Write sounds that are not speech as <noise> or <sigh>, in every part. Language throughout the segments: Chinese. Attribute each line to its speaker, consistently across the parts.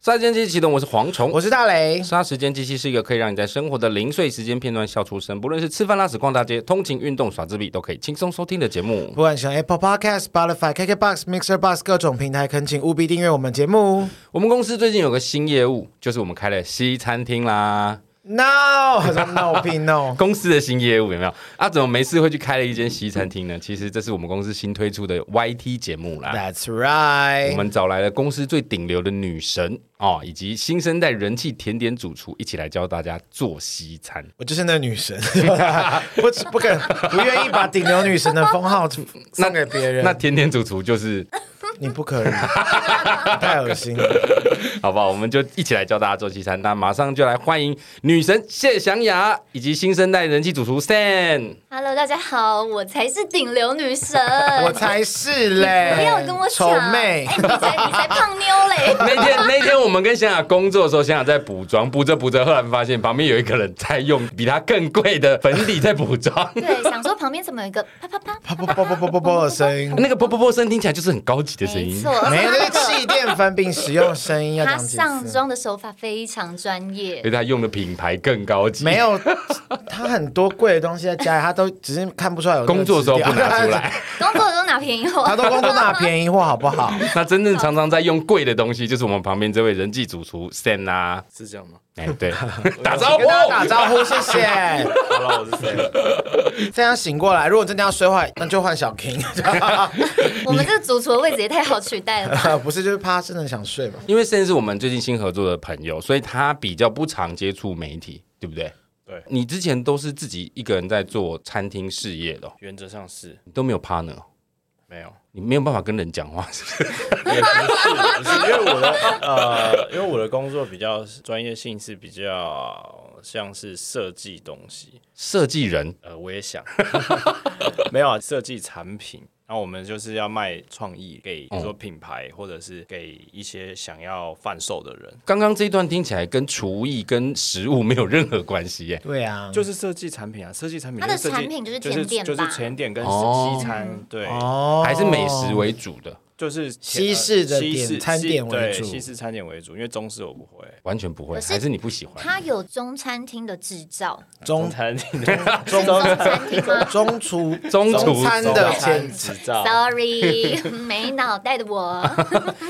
Speaker 1: 杀时间机器启动，我是蝗虫，
Speaker 2: <laughs> 我是大雷。
Speaker 1: 杀时间机器是一个可以让你在生活的零碎时间片段笑出声，不论是吃饭、拉屎、逛大街、通勤、运动、耍自闭，都可以轻松收听的节目。
Speaker 2: 不管使用 Apple Podcast、Spotify、KKBox、Mixer、Box 各种平台，恳请务必订阅我们节目。
Speaker 1: 我们公司最近有个新业务，就是我们开了西餐厅啦，
Speaker 2: No，什么 No 屁 No，
Speaker 1: 公司的新业务有没有？啊，怎么没事会去开了一间西餐厅呢？其实这是我们公司新推出的 YT 节目啦。
Speaker 2: <laughs> That's
Speaker 1: 我
Speaker 2: right。
Speaker 1: 们找来了公司最顶流的女神哦，以及新生代人气甜点主厨，一起来教大家做西餐。
Speaker 2: 我就是那女神， <laughs> 不不肯不愿意把顶流女神的封号 <laughs> 送给别人，
Speaker 1: 那甜点主厨就是
Speaker 2: 你不可 <laughs> 以，太恶心了。。
Speaker 1: <laughs> 好不好？我们就一起来教大家做西餐。那马上就来欢迎女神谢祥雅以及新生代人气主厨 Stan。！
Speaker 3: Hello，大家好，我才是顶流女神
Speaker 2: <laughs> 我才是嘞，
Speaker 3: 不要跟我
Speaker 2: 丑
Speaker 3: 抢，
Speaker 2: 妹
Speaker 3: 哎、。你才你才胖妞
Speaker 2: <laughs>
Speaker 3: 嘞。
Speaker 1: 那天那天我们跟祥雅工作的时候，祥雅在补妆，补着补着，忽然发现旁边有一个人在用比她更贵的粉底在补妆
Speaker 2: <laughs>
Speaker 3: 对，想说旁边怎么有一个啪啪啪
Speaker 2: 啪啪啪啪啪啪啪的声音，
Speaker 1: 那个啵啵啵声听起来就是很高级的声
Speaker 3: 没
Speaker 1: 音
Speaker 3: 错，。
Speaker 2: 没有，就是气垫粉饼使用声音要
Speaker 3: 她
Speaker 2: 讲几
Speaker 3: 上
Speaker 2: 次？
Speaker 3: 妆的手法非常专
Speaker 1: 而
Speaker 3: 业，
Speaker 1: 且他用的品牌更高级，
Speaker 2: 没有，他很多贵的东西在家里，他都只是看不出来有那个
Speaker 1: 工作的时候
Speaker 2: 质
Speaker 1: 不
Speaker 2: 量
Speaker 1: 拿出来。
Speaker 3: 工作都拿便宜货
Speaker 2: <laughs> 他。都工作拿便宜货，好不好？
Speaker 1: <laughs> 那真正常常在用贵的东西，就是我们旁边这位人际主厨 Sam 啊，
Speaker 4: 是这样吗？
Speaker 1: 哎、
Speaker 2: <laughs>
Speaker 1: 对，打招呼
Speaker 2: 跟，大家打招呼，谢谢。
Speaker 4: 好了，我是谁？
Speaker 2: <laughs> 这样醒过来，如果真的要摔坏，那就换小 King。 <laughs>
Speaker 3: 我们这个主厨的位置也太好取代
Speaker 2: <laughs>
Speaker 3: 了吧。
Speaker 2: 不是，就是怕真的想睡嘛。
Speaker 1: 因为 Sam 是我们最近新合作的朋友，所以他比较不常接触媒体，对不对？
Speaker 4: 对
Speaker 1: 你之前都是自己一个人在做餐厅事业的哦、
Speaker 4: 原则上是
Speaker 1: 你都没有 partner，哦
Speaker 4: <laughs> 没有，
Speaker 1: 你没有办法跟人讲话，是不是？
Speaker 4: 也不是，是因为我的呃，因为我的工作比较专业性是比较像是设计东西，
Speaker 1: 设计人
Speaker 4: 呃，我也想 <laughs> 没有啊，设计产品。然后我们就是要卖创意给，
Speaker 2: 哦
Speaker 4: 比如说品牌，或者是给一些想要贩售的人，
Speaker 1: 刚刚这一段听起来跟厨艺跟食物没有任何关系耶。
Speaker 2: 对啊，
Speaker 4: 就是设计产品啊，设计产品。
Speaker 3: 它的
Speaker 4: 设计
Speaker 3: 产品就是
Speaker 4: 就是
Speaker 3: 甜点
Speaker 4: 就
Speaker 3: 吧
Speaker 4: 是甜点跟
Speaker 1: 哦
Speaker 4: 西餐，对，
Speaker 2: 哦
Speaker 1: 还是美食为主的，
Speaker 4: 就是
Speaker 2: 西式的
Speaker 4: 西
Speaker 2: 点
Speaker 4: 式
Speaker 2: 餐
Speaker 4: 西
Speaker 2: 点为
Speaker 4: 对
Speaker 2: 主
Speaker 4: 西式餐点为主，因为中式我不会。
Speaker 1: 完全不会，
Speaker 3: 可是
Speaker 1: 还是你不喜欢？
Speaker 3: 他有中餐厅的执照，
Speaker 2: <laughs> 中
Speaker 4: 餐厅
Speaker 3: 中餐厅吗
Speaker 2: <laughs> 中厨
Speaker 1: 中厨
Speaker 2: 餐的简
Speaker 4: 执照，
Speaker 3: ？Sorry，没 <laughs> 脑袋的我，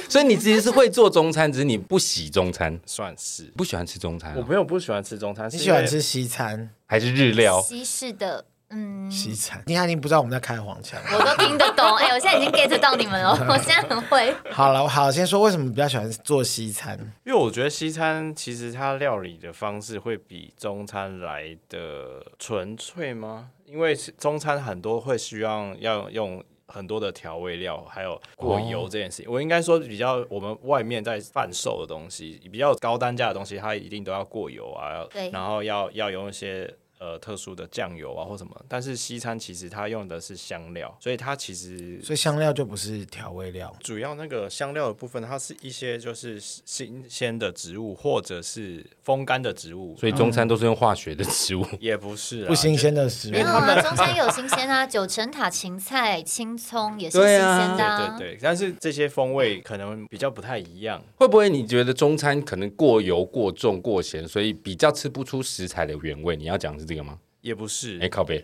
Speaker 1: 所以你其实是会做中餐，只是你不喜中餐，
Speaker 4: 算是。
Speaker 1: 不喜欢吃中餐
Speaker 4: 我
Speaker 1: 哦、
Speaker 4: 朋友不喜欢吃中餐，
Speaker 2: 你
Speaker 4: 是
Speaker 2: 喜欢吃西餐？
Speaker 1: 还是日料？
Speaker 3: 西式的，嗯，
Speaker 2: 西餐，你看你不知道我们在开黄腔。
Speaker 3: 我都听得懂。哎、我现在已经 get 到你们
Speaker 2: <laughs>
Speaker 3: 了，我现在很会。
Speaker 2: 好了，好，先说为什么比较喜欢做西餐？
Speaker 4: 因为我觉得西餐其实它料理的方式会比中餐来的纯粹吗？因为中餐很多会需要要用。很多的调味料，还有过油这件事情我应该说比较我们外面在贩售的东西，比较高单价的东西，它一定都要过油啊
Speaker 3: 对，
Speaker 4: 然后要要用一些呃特殊的酱油啊或什么。但是西餐其实它用的是香料，所以它其实
Speaker 2: 所以香料就不是调味料。
Speaker 4: 主要那个香料的部分，它是一些就是新鲜的植物或者是风干的植物，
Speaker 1: 所以中餐都是用化学的植物。
Speaker 4: 也不是啊
Speaker 2: 不新。鲜的食物
Speaker 3: 没有啊，中餐也有新鲜啊，九层塔芹菜、青葱也是新
Speaker 1: 对啊
Speaker 3: 鲜的、
Speaker 4: 就
Speaker 3: 啊
Speaker 4: 对对对，但是这些风味可能比较不太一样。
Speaker 1: 会不会你觉得中餐可能过油、过重、过咸，所以比较吃不出食材的原味？你要讲的是这个吗？
Speaker 4: 也不是
Speaker 1: 哎、，靠背，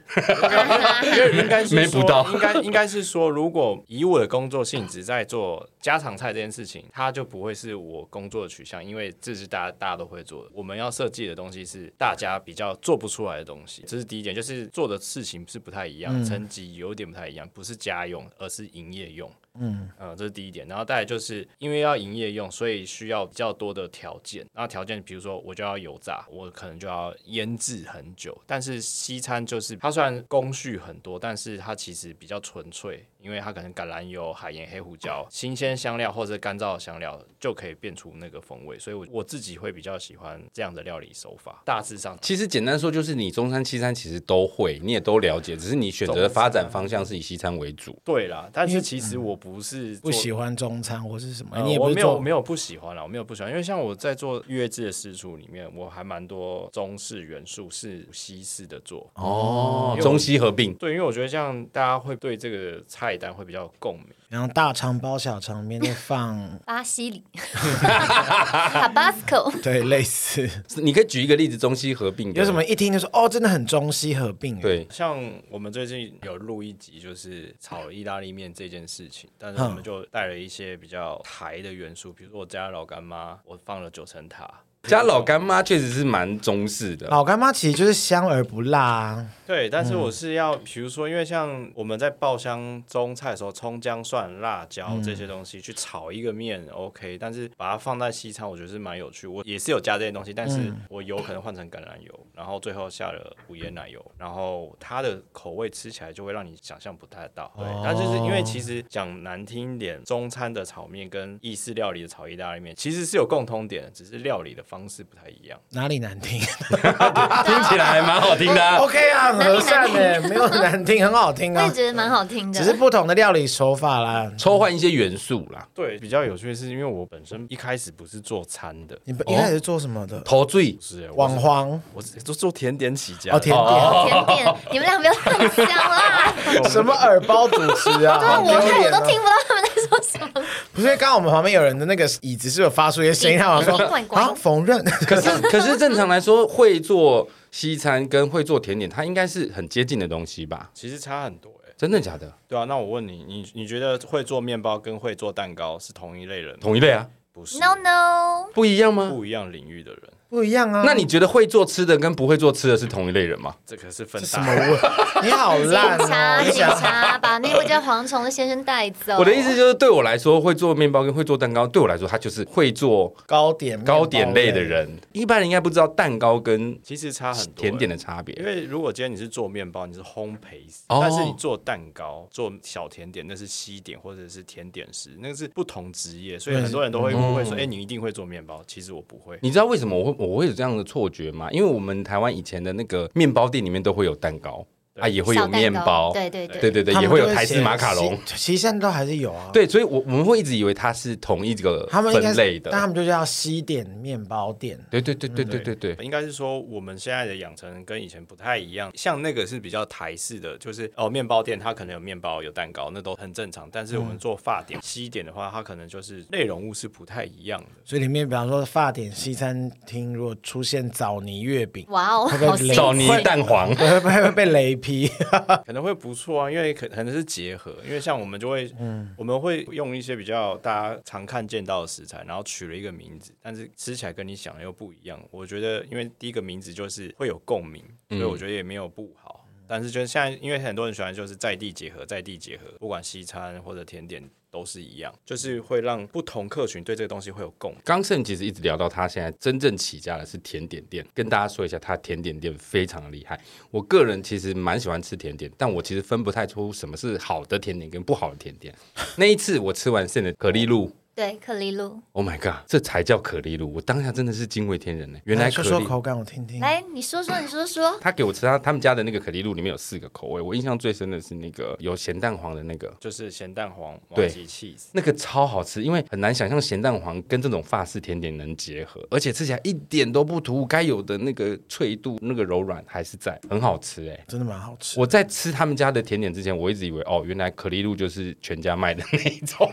Speaker 4: 因为应该是
Speaker 1: 没
Speaker 4: 说
Speaker 1: 补到
Speaker 4: 应该应该是说，如果以我的工作性质在做家常菜这件事情，它就不会是我工作的取向，因为这是大家大家都会做的。我们要设计的东西是大家比较做不出来的东西，这是第一点，就是做的事情是不太一样，
Speaker 1: 嗯
Speaker 4: 层级有点不太一样，不是家用，而是营业用。嗯，这是第一点。然后再来就是因为要营业用，所以需要比较多的条件。那条件比如说我就要油炸，我可能就要腌制很久。但是西餐就是它虽然工序很多，但是它其实比较纯粹，因为它可能橄榄油、海盐、黑胡椒、新鲜香料或者干燥的香料就可以变出那个风味。所以我我自己会比较喜欢这样的料理手法。大致上，
Speaker 1: 其实简单说，就是你中餐、西餐其实都会，你也都了解，只是你选择的发展方向是以西餐为主。
Speaker 4: 对啦，但是其实我不是
Speaker 2: 不
Speaker 4: 做
Speaker 2: 喜欢中餐或是什么，
Speaker 4: 呃
Speaker 2: 你也
Speaker 4: 我
Speaker 2: 不是
Speaker 4: 没有
Speaker 2: 做
Speaker 4: 没有不喜欢啦，我没有不喜欢，因为像我在做月制的私厨里面，我还蛮多中式元素是西式的做。
Speaker 1: 哦，中西合并，
Speaker 4: 对，因为我觉得这样大家会对这个菜单会比较有共鸣。
Speaker 2: 然后大肠包小肠，里面再放
Speaker 3: <laughs> 巴
Speaker 1: <laughs>
Speaker 3: 西里啊，Tabasco，
Speaker 2: 对类似，
Speaker 1: 你可以举一个例子，中西合并的
Speaker 2: 有什么？一听就说哦，真的很中西合并。，
Speaker 1: 对，
Speaker 4: 像我们最近有录一集，就是炒意大利面这件事情，但是我们就带了一些比较台的元素，比如说我加了老干妈，我放了九层塔。
Speaker 1: 加老干妈确实是蛮中式的。
Speaker 2: 老干妈其实就是香而不辣啊，
Speaker 4: 对，但是我是要，比如说，因为像我们在爆香中菜的时候，葱姜蒜、辣椒这些东西去炒一个面，OK，但是把它放在西餐，我觉得是蛮有趣。我也是有加这些东西，但是我油可能换成橄榄油，然后最后下了无盐奶油，然后它的口味吃起来就会让你想象不太到。对，但就是因为其实讲难听一点，中餐的炒面跟意式料理的炒意大利面其实是有共通点的，只是料理的方式不太一样。
Speaker 2: 哪里难听
Speaker 1: 听起来还蛮好听的啊、
Speaker 2: ？OK 啊，很和善
Speaker 3: 哪里
Speaker 2: 的，没有难听，很好听
Speaker 3: <laughs> 我也
Speaker 2: 啊，
Speaker 3: 觉得蛮好听的
Speaker 2: 只。是不同的料理手法啦。
Speaker 1: 抽换一些元素啦，
Speaker 4: 对，比较有趣的是，因为我本身一开始不是做餐的，
Speaker 2: 你一开始做什么的？
Speaker 1: 头醉
Speaker 4: 是欸
Speaker 2: 网，黄
Speaker 4: 我是我是做做甜点起家的，
Speaker 2: 哦，甜点，
Speaker 3: 甜点，你们俩不要乱讲
Speaker 1: <laughs>
Speaker 3: 啦！
Speaker 2: 什么耳包主持啊？
Speaker 3: 对，
Speaker 2: 好
Speaker 3: 我
Speaker 2: 丢
Speaker 3: 看我
Speaker 2: 脸啊
Speaker 3: 都听不到他们在说什么。
Speaker 2: 不是，刚刚我们旁边有人的那个椅子是有发出一些声音，让我说
Speaker 3: 怪怪
Speaker 2: 啊，缝纫。
Speaker 1: 可是可是正常来说，会做西餐跟会做甜点，它应该是很接近的东西吧？
Speaker 4: 其实差很多哎、
Speaker 1: 真的假的？
Speaker 4: 对啊，那我问你，你你觉得会做面包跟会做蛋糕是同一类人吗？
Speaker 1: 同一类啊，
Speaker 4: 不是
Speaker 3: No No，
Speaker 1: 不一样吗？
Speaker 4: 不一样领域的人，
Speaker 2: 不一样啊。
Speaker 1: 那你觉得会做吃的跟不会做吃的是同一类人吗？
Speaker 4: 这可是分
Speaker 2: 什
Speaker 4: 大
Speaker 2: 么
Speaker 3: <laughs>
Speaker 2: 问？你好
Speaker 3: 警
Speaker 2: 烂
Speaker 3: 察
Speaker 1: 啊
Speaker 2: 哦！你
Speaker 3: 警
Speaker 2: 想
Speaker 3: 察把那位叫蝗虫的先生带走。
Speaker 2: 呃
Speaker 1: 我的意思就是，对我来说，会做面包跟会做蛋糕，对我来说，他就是会做
Speaker 2: 糕点
Speaker 1: 糕点类的，
Speaker 2: 呃
Speaker 1: 人。一般人应该不知道蛋糕跟
Speaker 4: 其实差很多、
Speaker 1: 甜点
Speaker 4: 的。
Speaker 1: 的差别
Speaker 4: 因。为如果今天你是做面包，你是烘焙师，
Speaker 1: 哦
Speaker 4: 但是你做蛋糕、做小甜点，那是西点或者是甜点师，那个是不同职业，所以很多人都会
Speaker 1: 嗯
Speaker 4: 误会说，哎、你一定会做面包，其实我不会。
Speaker 1: 你知道为什么我会我会有这样的错觉吗？因为我们台湾以前的那个面包店里面都会有蛋糕啊，也会有
Speaker 3: 小蛋糕
Speaker 1: 面包，
Speaker 3: 对对对
Speaker 1: 对对对，
Speaker 2: 他们
Speaker 1: 也会有
Speaker 2: 都
Speaker 1: 台式
Speaker 2: 写
Speaker 1: 马卡龙。
Speaker 2: 其其实现在都还是有啊。，
Speaker 1: 对，所以我我们会一直以为它是同一个
Speaker 2: 他们应该
Speaker 1: 分
Speaker 2: 是
Speaker 1: 类
Speaker 2: 但他
Speaker 1: 的。
Speaker 2: 们就叫西点面包店。
Speaker 1: 对对对对对对对，
Speaker 2: 嗯
Speaker 4: 应该是说我们现在的养成跟以前不太一样，像那个是比较台式的，就是哦，面包店它可能有面包有蛋糕，那都很正常。但是我们做法点、西点的话，它可能就是内容物是不太一样的。
Speaker 2: 所以里面，比方说法点西餐厅，如果出现枣泥月饼，
Speaker 3: 哇哦，
Speaker 2: 会不会
Speaker 3: 好新
Speaker 1: 枣泥
Speaker 3: 奇
Speaker 1: 蛋黄。
Speaker 2: 会不 <laughs> 会被雷劈？
Speaker 4: 可能会不错啊，因为可可能是结合，因为像我们就会，
Speaker 1: 嗯
Speaker 4: 我们会用一些比较大家常看见到的食材，然后取了一个名字，但是吃起来跟你想的又不一样。我觉得，因为第一个名字就是会有共鸣，
Speaker 1: 嗯
Speaker 4: 所以我觉得也没有不好。但是就是现在，因为很多人喜欢就是在地结合，在地结合，不管西餐或者甜点都是一样，就是会让不同客群对这个东西会有共鸣。
Speaker 1: 刚盛其实一直聊到他现在真正起家的是甜点店，跟大家说一下，他甜点店非常的厉害。我个人其实蛮喜欢吃甜点，但我其实分不太出什么是好的甜点跟不好的甜点。那一次我吃完剩的可丽露
Speaker 3: 对，克里路，
Speaker 1: ，Oh my god，这才叫可丽露！我当下真的是惊为天人呢、原来
Speaker 2: 来
Speaker 1: 可
Speaker 2: <laughs> 说
Speaker 1: 丽
Speaker 2: 说口感，我听
Speaker 1: 嗯
Speaker 2: 听。
Speaker 3: 来，你说说，你说哎说，
Speaker 1: 他给我吃他他们家的那个可丽露里面有四个口味，我印象最深的是那个有咸蛋黄的那个，
Speaker 4: 就是咸蛋黄、
Speaker 1: 对
Speaker 4: 马吉 cheese，
Speaker 1: 那个超好吃，因为很难想象咸蛋黄跟这种法式甜点能结合，而且吃起来一点都不突兀，该有的那个脆度、那个柔软还是在，很好吃哎、
Speaker 2: 真的蛮好吃。
Speaker 1: 我在吃他们家的甜点之前，我一直以为哦，原来可丽露就是全家卖的那一种。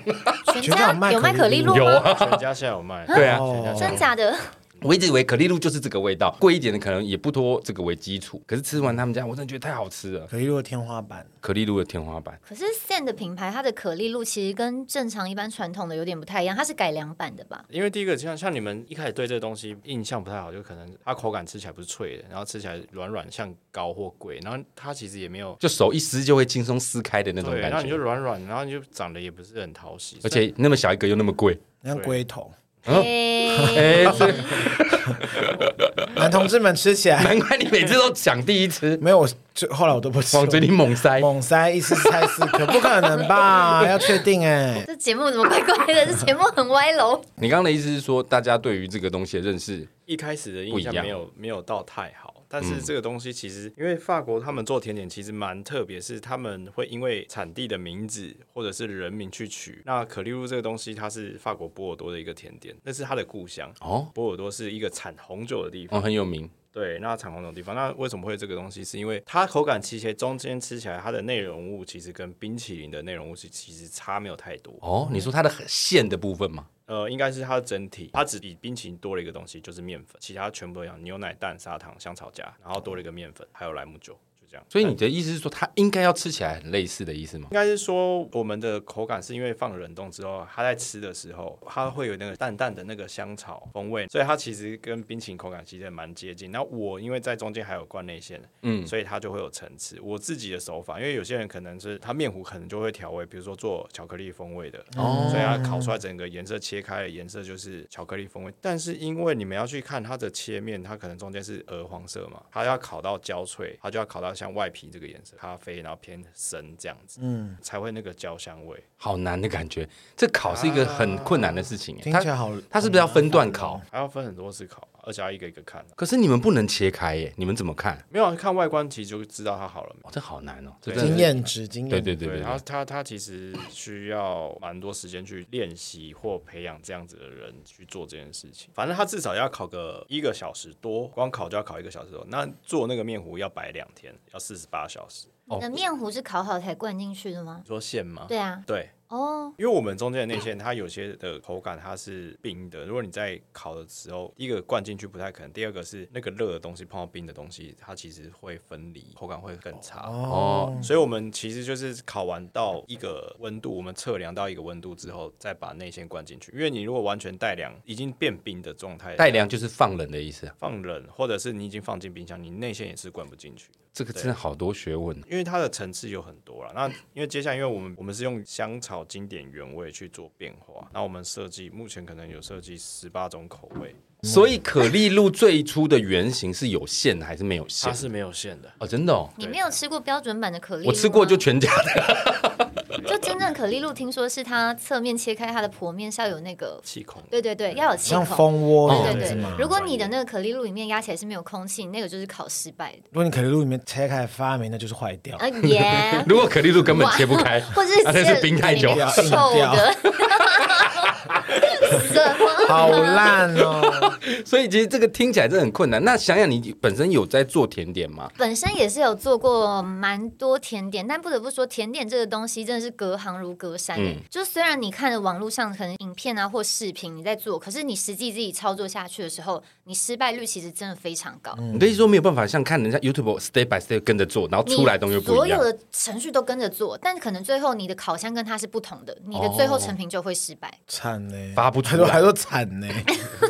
Speaker 1: <laughs>
Speaker 3: 全
Speaker 2: 全家
Speaker 3: 家
Speaker 2: 有卖
Speaker 3: 有卖可
Speaker 2: 可丽
Speaker 3: 丽
Speaker 2: 露
Speaker 3: 露
Speaker 1: 有
Speaker 3: 吗？
Speaker 1: 啊，
Speaker 4: 全家现在有卖。
Speaker 1: 对啊，
Speaker 2: 哦
Speaker 3: 真假的？
Speaker 1: 我一直以为可丽露就是这个味道，贵一点的可能也不多这个为基础。可是吃完他们家，我真的觉得太好吃了，
Speaker 2: 可以落天花板，
Speaker 1: 可丽露的天花板。
Speaker 3: 可是 Sand 的品牌它的可丽露其实跟正常一般传统的有点不太一样，它是改良版的吧？
Speaker 4: 因为第一个像像你们一开始对这个东西印象不太好，就可能它口感吃起来不是脆的，然后吃起来软软像糕或桂，然后它其实也没有
Speaker 1: 就手一撕就会轻松撕开的那种
Speaker 4: 对，
Speaker 1: 感
Speaker 4: 然后你就
Speaker 1: 觉，
Speaker 4: 软软，然后你就长得也不是很讨喜，
Speaker 1: 而且那么小一个又那么
Speaker 4: <laughs>
Speaker 1: 贵，
Speaker 2: 像
Speaker 4: 对
Speaker 2: 龟头。
Speaker 1: 哎
Speaker 3: 哎，
Speaker 1: 这
Speaker 2: 男同志们吃起来
Speaker 1: <laughs> 难怪你每次都想第一
Speaker 4: <laughs>
Speaker 1: 吃，
Speaker 2: 没有，我就后来我都不
Speaker 4: 啊
Speaker 2: 吃。
Speaker 1: 往嘴里猛塞。
Speaker 2: 猛塞一次塞四颗，不可
Speaker 1: <laughs>
Speaker 2: 能吧？要确定哎、
Speaker 3: 这节目怎么怪怪的？这节目很歪楼。
Speaker 1: 你刚刚的意思是说，大家对于这个东西的认识，
Speaker 4: 一开始的
Speaker 1: 不
Speaker 4: 印
Speaker 1: 一
Speaker 4: 象
Speaker 1: 样
Speaker 4: 没有没有到太好，但是这个东西其实、因为法国他们做甜点其实蛮特别，是他们会因为产地的名字或者是人名去取。那可丽露这个东西，它是法国波尔多的一个甜点，那是它的故乡。
Speaker 1: 哦，
Speaker 4: 波尔多是一个产红酒的地方，
Speaker 1: 哦，很有名，
Speaker 4: 对，那产红酒的地方，那为什么会有这个东西？是因为它口感其实中间吃起来，它的内容物其实跟冰淇淋的内容物是其实差没有太多。
Speaker 1: 哦，你说它的馅的部分吗？
Speaker 4: 呃，应该是它的整体，它只比冰淇淋多了一个东西，就是面粉，其他全部一样，牛奶、蛋、砂糖、香草荚，然后多了一个面粉，还有莱姆酒，就这样。
Speaker 1: 所以你的意思是说，它应该要吃起来很类似的意思吗？
Speaker 4: 应该是说我们的口感是因为放了冷冻之后，它在吃的时候，它会有那个淡淡的那个香草风味，所以它其实跟冰淇淋口感其实也蛮接近。那我因为在中间还有灌内馅，
Speaker 1: 嗯，
Speaker 4: 所以它就会有层次。我自己的手法，因为有些人可能是它面糊可能就会调味，比如说做巧克力风味的，
Speaker 1: 哦
Speaker 4: 所以它烤出来整个颜色切开的颜色就是巧克力风味。但是因为你们要去看它的切面，它可能中间是鹅黄色嘛，它要烤到焦脆，它就要烤到像外皮这个颜色，咖啡然后偏深这样子，嗯，才会那个焦香味。
Speaker 1: 好难的感觉，这烤是一个很困难的事情耶。
Speaker 2: 听起来
Speaker 1: 它
Speaker 2: 好。
Speaker 1: 它是不是要分段烤？
Speaker 4: 还要分很多次烤，而且要一个一个看。啊
Speaker 1: 可是你们不能切开耶，你们怎么看？
Speaker 4: 没有啊看外观其实就知道它好了嘛。
Speaker 1: 哦，这好难哦，这
Speaker 4: 对
Speaker 1: 真的
Speaker 2: 经
Speaker 1: 是
Speaker 2: 验值，经验
Speaker 1: 对
Speaker 2: 值
Speaker 1: 对对
Speaker 4: 对，
Speaker 1: 对，
Speaker 4: 然后他他其实需要蛮多时间去练习或培养这样子的人去做这件事情。反正他至少要考个一个小时多，光考就要考一个小时多。那做那个面糊要摆两天，要四十八小时。
Speaker 1: 哦
Speaker 3: 你的面糊是烤好才灌进去的吗
Speaker 4: 你？说馅吗？
Speaker 3: 对啊，
Speaker 4: 对。
Speaker 3: 哦，
Speaker 4: 因为我们中间的内馅，它有些的口感它是冰的。如果你在烤的时候，第一个灌进去不太可能，第二个是那个热的东西碰到冰的东西，它其实会分离，口感会更差。
Speaker 1: 哦，
Speaker 4: 所以我们其实就是烤完到一个温度，我们测量到一个温度之后，再把内馅灌进去。因为你如果完全带凉，已经变冰的状态，
Speaker 1: 带凉就是放冷的意思啊。
Speaker 4: 放冷，或者是你已经放进冰箱，你内馅也是灌不进去的。
Speaker 1: 这个真的好多学问啊。
Speaker 4: 因为它的层次有很多了。那因为接下来，因为我们我们是用香草经典原味去做变化，那我们设计目前可能有设计十八种口味，
Speaker 1: 所以可丽露最初的原型是有馅的还是没有馅
Speaker 4: 它？啊是没有馅的。
Speaker 1: 哦，真的哦，
Speaker 3: 你没有吃过标准版的可丽露
Speaker 1: 我
Speaker 3: 吗？
Speaker 1: 吃过就全家的。
Speaker 3: 就真正可丽露，听说是它侧面切开它的剖面是要有那个，
Speaker 4: 气孔
Speaker 3: 对对对，要有气
Speaker 2: 像
Speaker 3: 孔。
Speaker 2: 蜂窝这
Speaker 1: 哦
Speaker 3: 对
Speaker 2: 样
Speaker 3: 对
Speaker 2: 子
Speaker 3: 对
Speaker 2: 嘛。，
Speaker 3: 如果你的那个可丽露里面压起来是没有空气，那个就是烤失败的。
Speaker 2: 如果你可丽露里面切开发霉，那就是坏
Speaker 1: 哦 <laughs>
Speaker 2: 掉。
Speaker 3: 啊耶！
Speaker 1: 如果可丽露根本切不开，
Speaker 3: 或者是
Speaker 1: <laughs> 啊那是冰太久 <laughs>
Speaker 3: 里面臭的，什么？
Speaker 2: 好烂哦！
Speaker 1: 所以其实这个听起来真的很困难。那想想你本身有在做甜点吗？
Speaker 3: <laughs> 本身也是有做过蛮多甜点，但不得不说，甜点这个东西真的是隔行如隔山、
Speaker 1: 嗯
Speaker 3: 欸。就虽然你看了网络上可能影片啊或视频你在做，可是你实际自己操作下去的时候，你失败率其实真的非常高。
Speaker 1: 你的意思说没有办法像看人家 YouTube step by step 跟着做，然后
Speaker 3: 你
Speaker 1: 出来的东西又不
Speaker 3: 所
Speaker 1: 一样
Speaker 3: 有。的程序都跟着做，但可能最后你的烤箱跟它是不同的，你的最
Speaker 1: 哦
Speaker 3: 后成品就会失败。
Speaker 2: 惨呢，
Speaker 1: 发不出
Speaker 2: 还
Speaker 1: 来哦
Speaker 2: 说还说惨呢，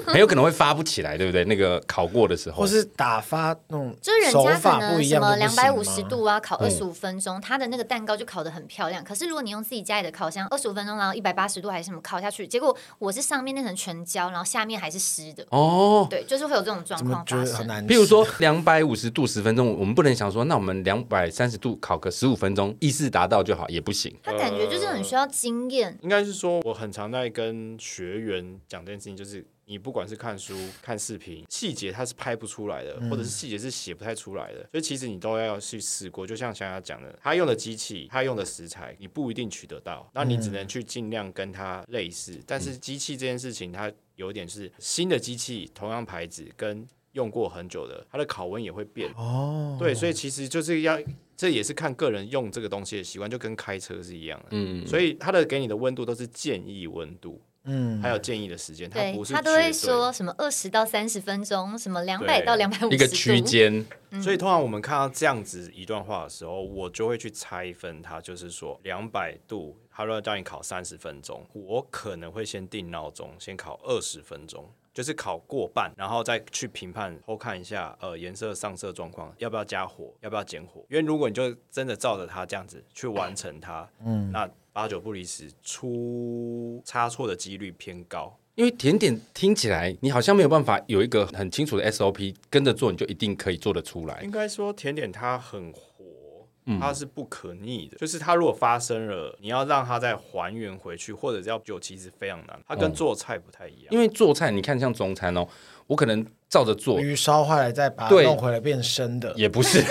Speaker 1: 很有可能会发不起来，对不对？那个烤过的时候，
Speaker 2: 或是打发那种
Speaker 3: 就是人
Speaker 2: 手
Speaker 3: 家可
Speaker 2: 法不
Speaker 3: 能
Speaker 2: 一
Speaker 3: 什
Speaker 2: 样
Speaker 3: 么
Speaker 2: 的不
Speaker 3: 两
Speaker 2: 行
Speaker 3: 百
Speaker 2: 吗嗯
Speaker 3: 五十，度啊，烤二十五分钟，它的那个蛋糕就烤得很漂亮。可是如果你用自己家里的烤箱，二十五分钟，然后一百八十度还是什么烤下去，结果我是上面那层全焦，然后下面还是湿的。
Speaker 1: 哦，
Speaker 3: 对，就是会有这种状
Speaker 2: 怎么
Speaker 3: 况
Speaker 2: 觉
Speaker 3: 发
Speaker 2: 得很
Speaker 3: 生。
Speaker 2: 难吃？
Speaker 1: 譬如说两百五十度十分钟，我们不能想说，那我们两百三十度烤个十五分钟，意识达到就好，也不行。
Speaker 3: 他感觉就是很需要经验，
Speaker 4: 应该是说，我很常在跟学员讲这件事情，就是你不管是看书、看视频，细节它是拍不出来的，或者是细节是写不太出来的，所以其实你都要去试过。就像想要讲的，他用的机器，他用的食材，你不一定取得到，那你只能去尽量跟它类似。但是机器这件事情，它有一点是新的机器，同样牌子跟。用过很久的，它的考温也会变哦。对，所以其实就是要，这也是看个人用这个东西的习惯，就跟开车是一样的。
Speaker 1: 嗯，
Speaker 4: 所以它的给你的温度都是建议温度，
Speaker 2: 嗯，
Speaker 4: 还有建议的时间，它
Speaker 3: 对
Speaker 4: 不是
Speaker 3: 他都会
Speaker 4: 绝对
Speaker 3: 说什么二十到三十分钟，什么两百
Speaker 4: 对
Speaker 3: 到两百五十
Speaker 1: 一个区
Speaker 2: <laughs>
Speaker 1: 间，
Speaker 4: 所以通常我们看到这样子一段话的时候，我就会去拆分它，就是说两百度，他如果叫你考三十分钟，我可能会先定闹钟，先考二十分钟。就是考过半，然后再去评判，偷看一下，呃，颜色上色状况，要不要加火，要不要减火？因为如果你就真的照着它这样子去完成它，嗯，那八九不离十，出差错的几率偏高。
Speaker 1: 因为甜点听起来你好像没有办法有一个很清楚的 SOP 跟着做，你就一定可以做得出来
Speaker 4: 应。该说甜点它很活，它是不可逆的。就是它如果发生了，你要让它再还原回去，或者要久，其实非常难。它跟做菜不太一样，
Speaker 1: 因为做菜，你看像中餐哦，我可能照着做，
Speaker 2: 鱼烧坏了再把它
Speaker 1: 对
Speaker 2: 弄回来变生的，
Speaker 1: 也不
Speaker 2: <laughs>
Speaker 1: 是，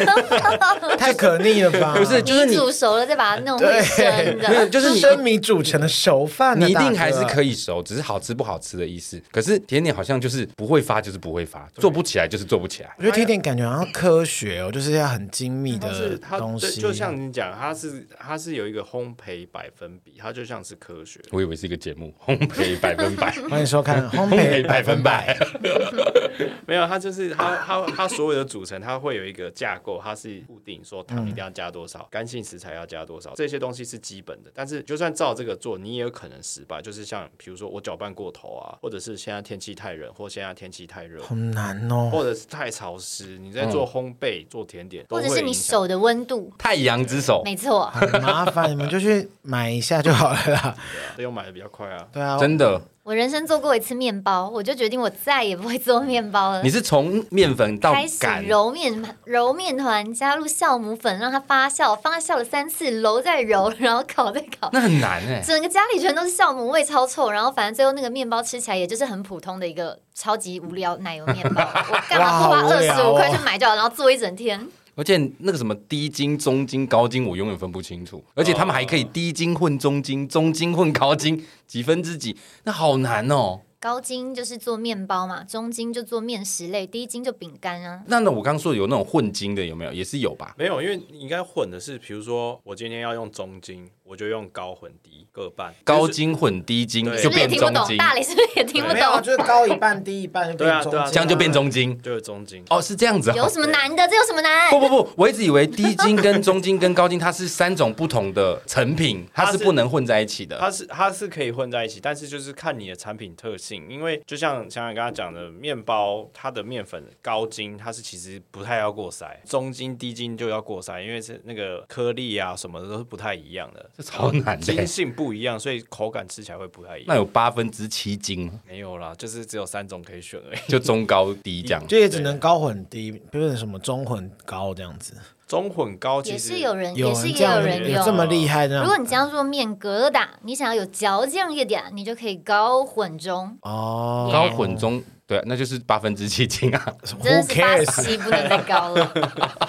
Speaker 2: 太可逆了吧？
Speaker 1: <laughs> 不是，就是
Speaker 3: <laughs> 你
Speaker 1: 你
Speaker 3: 煮熟了再把它弄回生
Speaker 2: <laughs>
Speaker 1: 没有，
Speaker 3: 的。
Speaker 1: 就是你
Speaker 2: 生米煮成的熟饭呢，
Speaker 1: 你一定
Speaker 2: 大
Speaker 1: 还是
Speaker 2: 哥啊
Speaker 1: 可以熟，只是好吃不好吃的意思。可是甜点好像就是不会发，就是不会发，做不起来就是做不起来。
Speaker 2: 我觉得甜点感觉好像科学哦，就是要很精密
Speaker 4: 它
Speaker 2: 的
Speaker 4: 是它
Speaker 2: 东
Speaker 4: 对
Speaker 2: 西，
Speaker 4: 就像你讲，它是它是有一个烘焙百分比，它就像是科学。
Speaker 1: 我以为是一个节目，烘焙百分
Speaker 2: <laughs>
Speaker 1: 百，
Speaker 2: 欢迎
Speaker 1: <laughs>
Speaker 2: 收看烘
Speaker 1: 焙
Speaker 2: 焙
Speaker 1: 百
Speaker 2: 百
Speaker 1: 分
Speaker 2: 分
Speaker 1: 百
Speaker 2: 百。
Speaker 4: 没有，它就是它它它所有的组成，它会有一个架构，它是固定说糖一定要加多
Speaker 1: 嗯
Speaker 4: 少，干性食材要加多少，这些东西是基本的。但是就算照这个做，你也有可能失败。就是像比如说我搅拌过头啊，或者是现在天气太冷，或现在天气太热。
Speaker 2: 好难哦，
Speaker 4: 或者是太潮湿，你在
Speaker 1: 嗯
Speaker 4: 做烘焙、做甜点，
Speaker 3: 或者
Speaker 4: 都会
Speaker 3: 是你
Speaker 4: 影响
Speaker 3: 手的温度，
Speaker 1: 太阳之手，
Speaker 3: 没错，
Speaker 2: 很麻烦，你们就去买一下就好了啦。
Speaker 4: 所以我买的比较快啊。
Speaker 2: 对啊，
Speaker 1: 真的，
Speaker 3: 我人生做过一次面包，我就决定我再也不会做面包了
Speaker 1: 你。是从面粉到
Speaker 3: 开始
Speaker 1: 擀，
Speaker 3: 揉面揉面团，加入酵母粉，让它发酵，发酵了三次，揉再揉，然后烤再烤，
Speaker 1: 那很难哎。
Speaker 3: 整个家里全都是酵母味，超臭。然后反正最后那个面包吃起来也就是很普通的一个超级无聊奶油面包，我干嘛不花
Speaker 2: 哇好无
Speaker 3: 二
Speaker 2: 聊
Speaker 3: 十
Speaker 2: 哦
Speaker 3: 五块去买就好，然后做一整天。
Speaker 1: 而且那个什么低筋、中筋、高筋，我永远分不清楚。而且他们还
Speaker 2: 哦
Speaker 1: 可以低筋混中筋，中筋混高筋，几分之几，那好难哦。
Speaker 3: 高筋就是做面包嘛，中筋就做面食类，低筋就饼干啊。
Speaker 1: 那那我刚说有那种混筋的有没有？也是有吧。
Speaker 4: 没有，因为你应该混的是，比如说我今天要用中筋，我就用高混低各半。
Speaker 1: 高
Speaker 4: 就是
Speaker 1: 筋混低筋
Speaker 4: 对
Speaker 1: 就
Speaker 3: 你
Speaker 1: 变
Speaker 3: 也听不
Speaker 1: 中
Speaker 3: 懂，
Speaker 1: 筋，
Speaker 3: 大理是不是也听不
Speaker 2: 没有，啊
Speaker 3: 懂？
Speaker 2: 就是高一半低一半就
Speaker 4: 对
Speaker 2: 变
Speaker 4: 啊
Speaker 2: 中
Speaker 4: 对啊
Speaker 2: 间
Speaker 1: 这样就变中筋。
Speaker 4: 就是中筋。
Speaker 1: 哦，是这样子、哦。
Speaker 3: 有什么难的？这有什么难？
Speaker 1: 不不不，我一直以为低筋跟中筋跟高筋它是三种不同的成品，它是不能混在一起的。
Speaker 4: 它是它是可以混在一起，但是就是看你的产品特性，因为就像像刚刚讲的，面包它的面粉高筋，它是其实不太要过筛，中筋低筋就要过筛，因为是那个颗粒啊什么的都是不太一样
Speaker 2: <laughs>
Speaker 4: 的，
Speaker 1: 这超难的
Speaker 4: 筋性不一样，所以口感吃起来会不太一
Speaker 1: 那
Speaker 4: 样。
Speaker 1: 有八分之七筋吗，
Speaker 4: 没有啦，就是只有三种可以选而已。
Speaker 1: 就中高低这样。
Speaker 2: 就也只能高混低，不是什么中混高这样子。
Speaker 4: 中混高其
Speaker 3: 也
Speaker 4: 实
Speaker 3: 是有人，也是
Speaker 2: 人
Speaker 3: 也
Speaker 2: 这
Speaker 3: 有
Speaker 2: 样
Speaker 3: 人
Speaker 2: 有这么厉害的
Speaker 3: 如果你要做面疙瘩，你想要有嚼劲一点，你就可以高混中，
Speaker 2: 哦，
Speaker 1: 高混中，对、啊，那就是八分之七斤啊。 <laughs>
Speaker 3: 真的
Speaker 2: Who
Speaker 3: 是巴
Speaker 2: cares？
Speaker 3: 西不能再高了。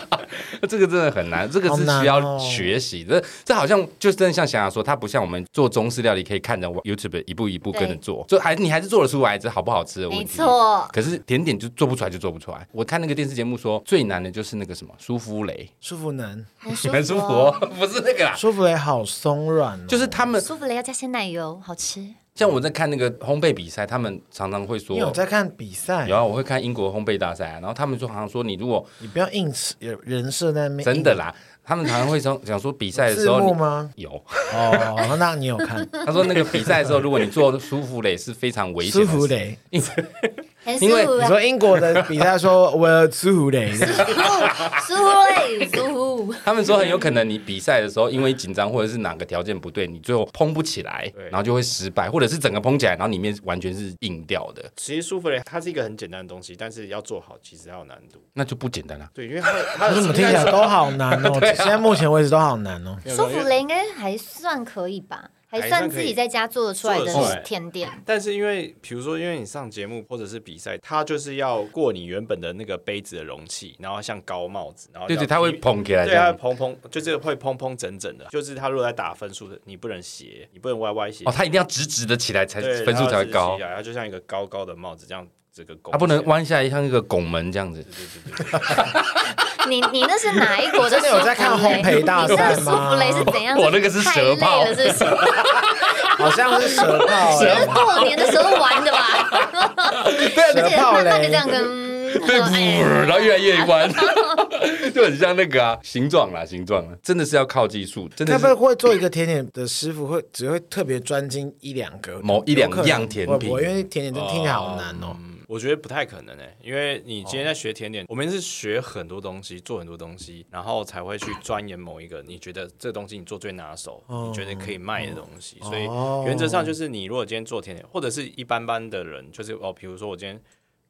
Speaker 1: 这个真的很难，这个是
Speaker 3: 哦
Speaker 1: 需要学习的。这好像就真的像想想说，它不像我们做中式料理可以看着 YouTube 一步一步跟着做，就还你还是做得出来，只是好不好吃的 <laughs> 问题。
Speaker 3: 没错
Speaker 1: 可是甜点就做不出来，就做不出来。我看那个电视节目说，最难的就是那个什么舒芙
Speaker 2: <laughs>
Speaker 1: 蕾，
Speaker 2: 舒芙蕾，
Speaker 3: 很
Speaker 1: 你
Speaker 3: 舒服、
Speaker 1: 们舒服、哦， <laughs> 不是那个啦。
Speaker 2: 舒芙蕾好松软哦，
Speaker 1: 就是他们，
Speaker 3: 舒服了要加些奶油，好吃。
Speaker 1: 像我在看那个烘焙比赛，他们常常会说
Speaker 2: 你，有在看比赛
Speaker 1: 有，啊，我会看英国烘焙大赛啊，然后他们就好像说，你如果
Speaker 2: 你不要硬吃有人设在那边
Speaker 1: 真的
Speaker 2: <laughs>
Speaker 1: 啦，他们常常会说， <laughs> 讲说比赛的
Speaker 2: 字
Speaker 1: 时候
Speaker 2: 幕
Speaker 1: 你
Speaker 2: 吗？
Speaker 1: 有，
Speaker 2: 哦，那你有看
Speaker 1: 他说那个比赛的时候，如果你做舒芙蕾是非常 <laughs> 危险的事，
Speaker 2: 舒芙蕾？
Speaker 1: 因为
Speaker 3: 很舒
Speaker 1: 因为
Speaker 3: 服
Speaker 2: 你
Speaker 3: 啊，
Speaker 2: 说英国的比赛说我要舒芙
Speaker 1: <laughs>
Speaker 2: 蕾，
Speaker 3: 哦舒服嘞，舒服。
Speaker 1: 他们说很有可能你比赛的时候，因为紧张或者是哪个条件不对，你最后蓬不起来，
Speaker 4: 对
Speaker 1: 然后就会失败，或者是整个蓬起来，然后里面完全是硬掉的，
Speaker 4: 其实舒芙蕾它是一个很简单的东西，但是要做好其实它有难度。
Speaker 1: 那就不简单了。
Speaker 2: <laughs>
Speaker 4: 对，因为它它
Speaker 2: 我
Speaker 4: 的
Speaker 2: 怎么听起来都好难
Speaker 1: <laughs>
Speaker 2: 哦？
Speaker 1: 啊
Speaker 2: 现在目前为止都好难哦。
Speaker 4: 没有
Speaker 3: 舒
Speaker 4: 因
Speaker 3: 服
Speaker 4: 为
Speaker 3: 嘞，应该还算可以吧，还
Speaker 4: 还
Speaker 3: 算
Speaker 4: 算
Speaker 3: 自己在家做得出来
Speaker 4: 做得出
Speaker 3: 的
Speaker 4: 来
Speaker 3: 甜点。
Speaker 4: 但是因为比如说，因为你上节目或者是比赛，它就是要过你原本的那个杯子的容器，然后像高帽子，然后
Speaker 1: 对
Speaker 4: 要
Speaker 1: 对，它会
Speaker 4: 低。
Speaker 1: 蓬起来这
Speaker 4: 对，它
Speaker 1: 样
Speaker 4: 会。蓬蓬，就是会蓬蓬整整的。就是它如果在打分数的，你不能斜，你不能歪歪斜
Speaker 1: 哦，，它一定要直直的起来才
Speaker 4: 对，
Speaker 1: 哦分数才会高
Speaker 4: 啊它要直直起。来它就像一个高高的帽子这样这个
Speaker 1: 它
Speaker 4: 它
Speaker 1: 不能。弯下来像一个拱门这样子。
Speaker 3: 你你那是哪一国的
Speaker 2: 真的有在看
Speaker 3: 舒芙蕾
Speaker 2: 烘焙大
Speaker 3: 你那
Speaker 2: 赛
Speaker 3: 个舒
Speaker 2: 吗
Speaker 3: 芙蕾是怎样？
Speaker 1: 我那个是
Speaker 3: 太
Speaker 1: 蛇炮
Speaker 3: 累了，是不是？
Speaker 2: 好像是 <laughs> 蛇
Speaker 1: 哦啊
Speaker 2: 炮欸，
Speaker 3: 那是啊过年的时候玩
Speaker 2: <laughs>
Speaker 3: 的吧？而
Speaker 2: 蛇
Speaker 3: 且
Speaker 2: 炮
Speaker 3: 慢慢的
Speaker 2: 嘞
Speaker 3: 这，样跟，
Speaker 1: <laughs> 对，
Speaker 3: 哎
Speaker 1: 然后越来越弯， <laughs> 就很像那个啊，形状啦，形状啦，真的是要靠技术，真
Speaker 2: 该
Speaker 1: 的
Speaker 2: 不会
Speaker 1: 是
Speaker 2: 会做一个甜点的师傅会只会特别专精一两个
Speaker 1: 某一两样甜品
Speaker 2: 有可能会不会因为甜点真的听起来好难哦。
Speaker 4: 嗯我觉得不太可能诶、欸因为你今天在学甜点，我们是学很多东西，做很多东西，然后才会去钻研某一个你觉得这东西你做最拿手，你觉得可以卖的东西。所以原则上就是你如果今天做甜点，或者是一般般的人，就是哦，比如说我今天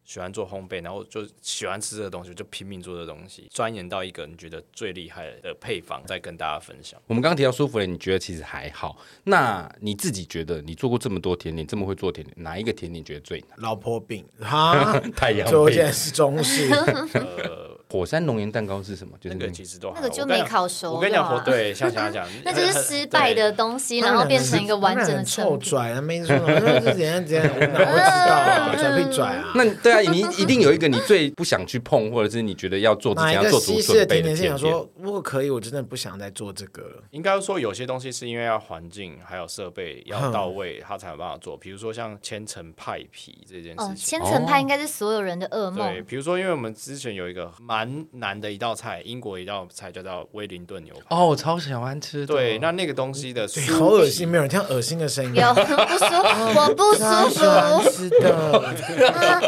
Speaker 4: 喜欢做烘焙，然后就喜欢吃这个东西，我就拼命做这个东西，钻研到一个你觉得最厉害的配方，再跟大家分享。
Speaker 1: 我们刚刚提到舒芙蕾，你觉得其实还好。那你自己觉得，你做过这么多甜点，这么会做甜点，哪一个甜点觉得最难？
Speaker 2: 老婆饼哈，
Speaker 1: <laughs> 太阳
Speaker 2: 所以我现
Speaker 1: 饼
Speaker 2: 在、是
Speaker 1: <laughs>
Speaker 2: 中式，
Speaker 1: 火山熔岩蛋糕是什么？就是
Speaker 4: 那
Speaker 1: 那
Speaker 4: 个
Speaker 1: 个
Speaker 4: 其实都还
Speaker 3: 那个
Speaker 4: 好
Speaker 3: 就
Speaker 4: 我跟你
Speaker 3: 没烤熟
Speaker 4: 我跟你讲，
Speaker 3: 的啊
Speaker 4: 火对，像想讲，
Speaker 3: <laughs> 那就是失败的东西，然后变成一个完整的
Speaker 2: 臭
Speaker 3: 成品。
Speaker 2: 拽，他没说，那是怎样怎样，我哪会知道啊？拽屁拽啊！
Speaker 1: 那对啊，你一定有一个你最不想去碰，或者是你觉得要做之
Speaker 2: 哪
Speaker 1: 前
Speaker 2: 一
Speaker 1: 要
Speaker 2: 个
Speaker 1: 做
Speaker 2: 西
Speaker 1: 足
Speaker 2: 式的
Speaker 1: 准备
Speaker 2: 甜
Speaker 1: 的
Speaker 2: 点是
Speaker 1: 甜
Speaker 2: 想
Speaker 1: 点。
Speaker 2: 说，如果可以，我真的不想再做这个了。
Speaker 4: 应该说有些东西是因为要环境还有设备要到位，它才有办法做。比如说像千层派皮这件
Speaker 3: 哦
Speaker 4: 事，情，
Speaker 3: 千层派应该是所有人的噩
Speaker 4: 对，
Speaker 1: 哦
Speaker 3: 梦。
Speaker 4: 比如说因为我们之前有一个蛮难的一道菜，英国一道菜叫做威灵顿牛排。
Speaker 1: 哦，我超喜欢吃的。嗯
Speaker 4: 对，那那个东西的
Speaker 2: 对，
Speaker 4: 酥
Speaker 2: 好恶
Speaker 4: 皮
Speaker 2: 心，没有人听到恶心
Speaker 1: <laughs>
Speaker 2: 的声音。
Speaker 3: 有不舒
Speaker 2: 哦
Speaker 3: 服，我不
Speaker 2: 超
Speaker 3: 舒
Speaker 2: 喜
Speaker 3: 服
Speaker 2: 欢 <laughs> 吃的，
Speaker 3: 啊！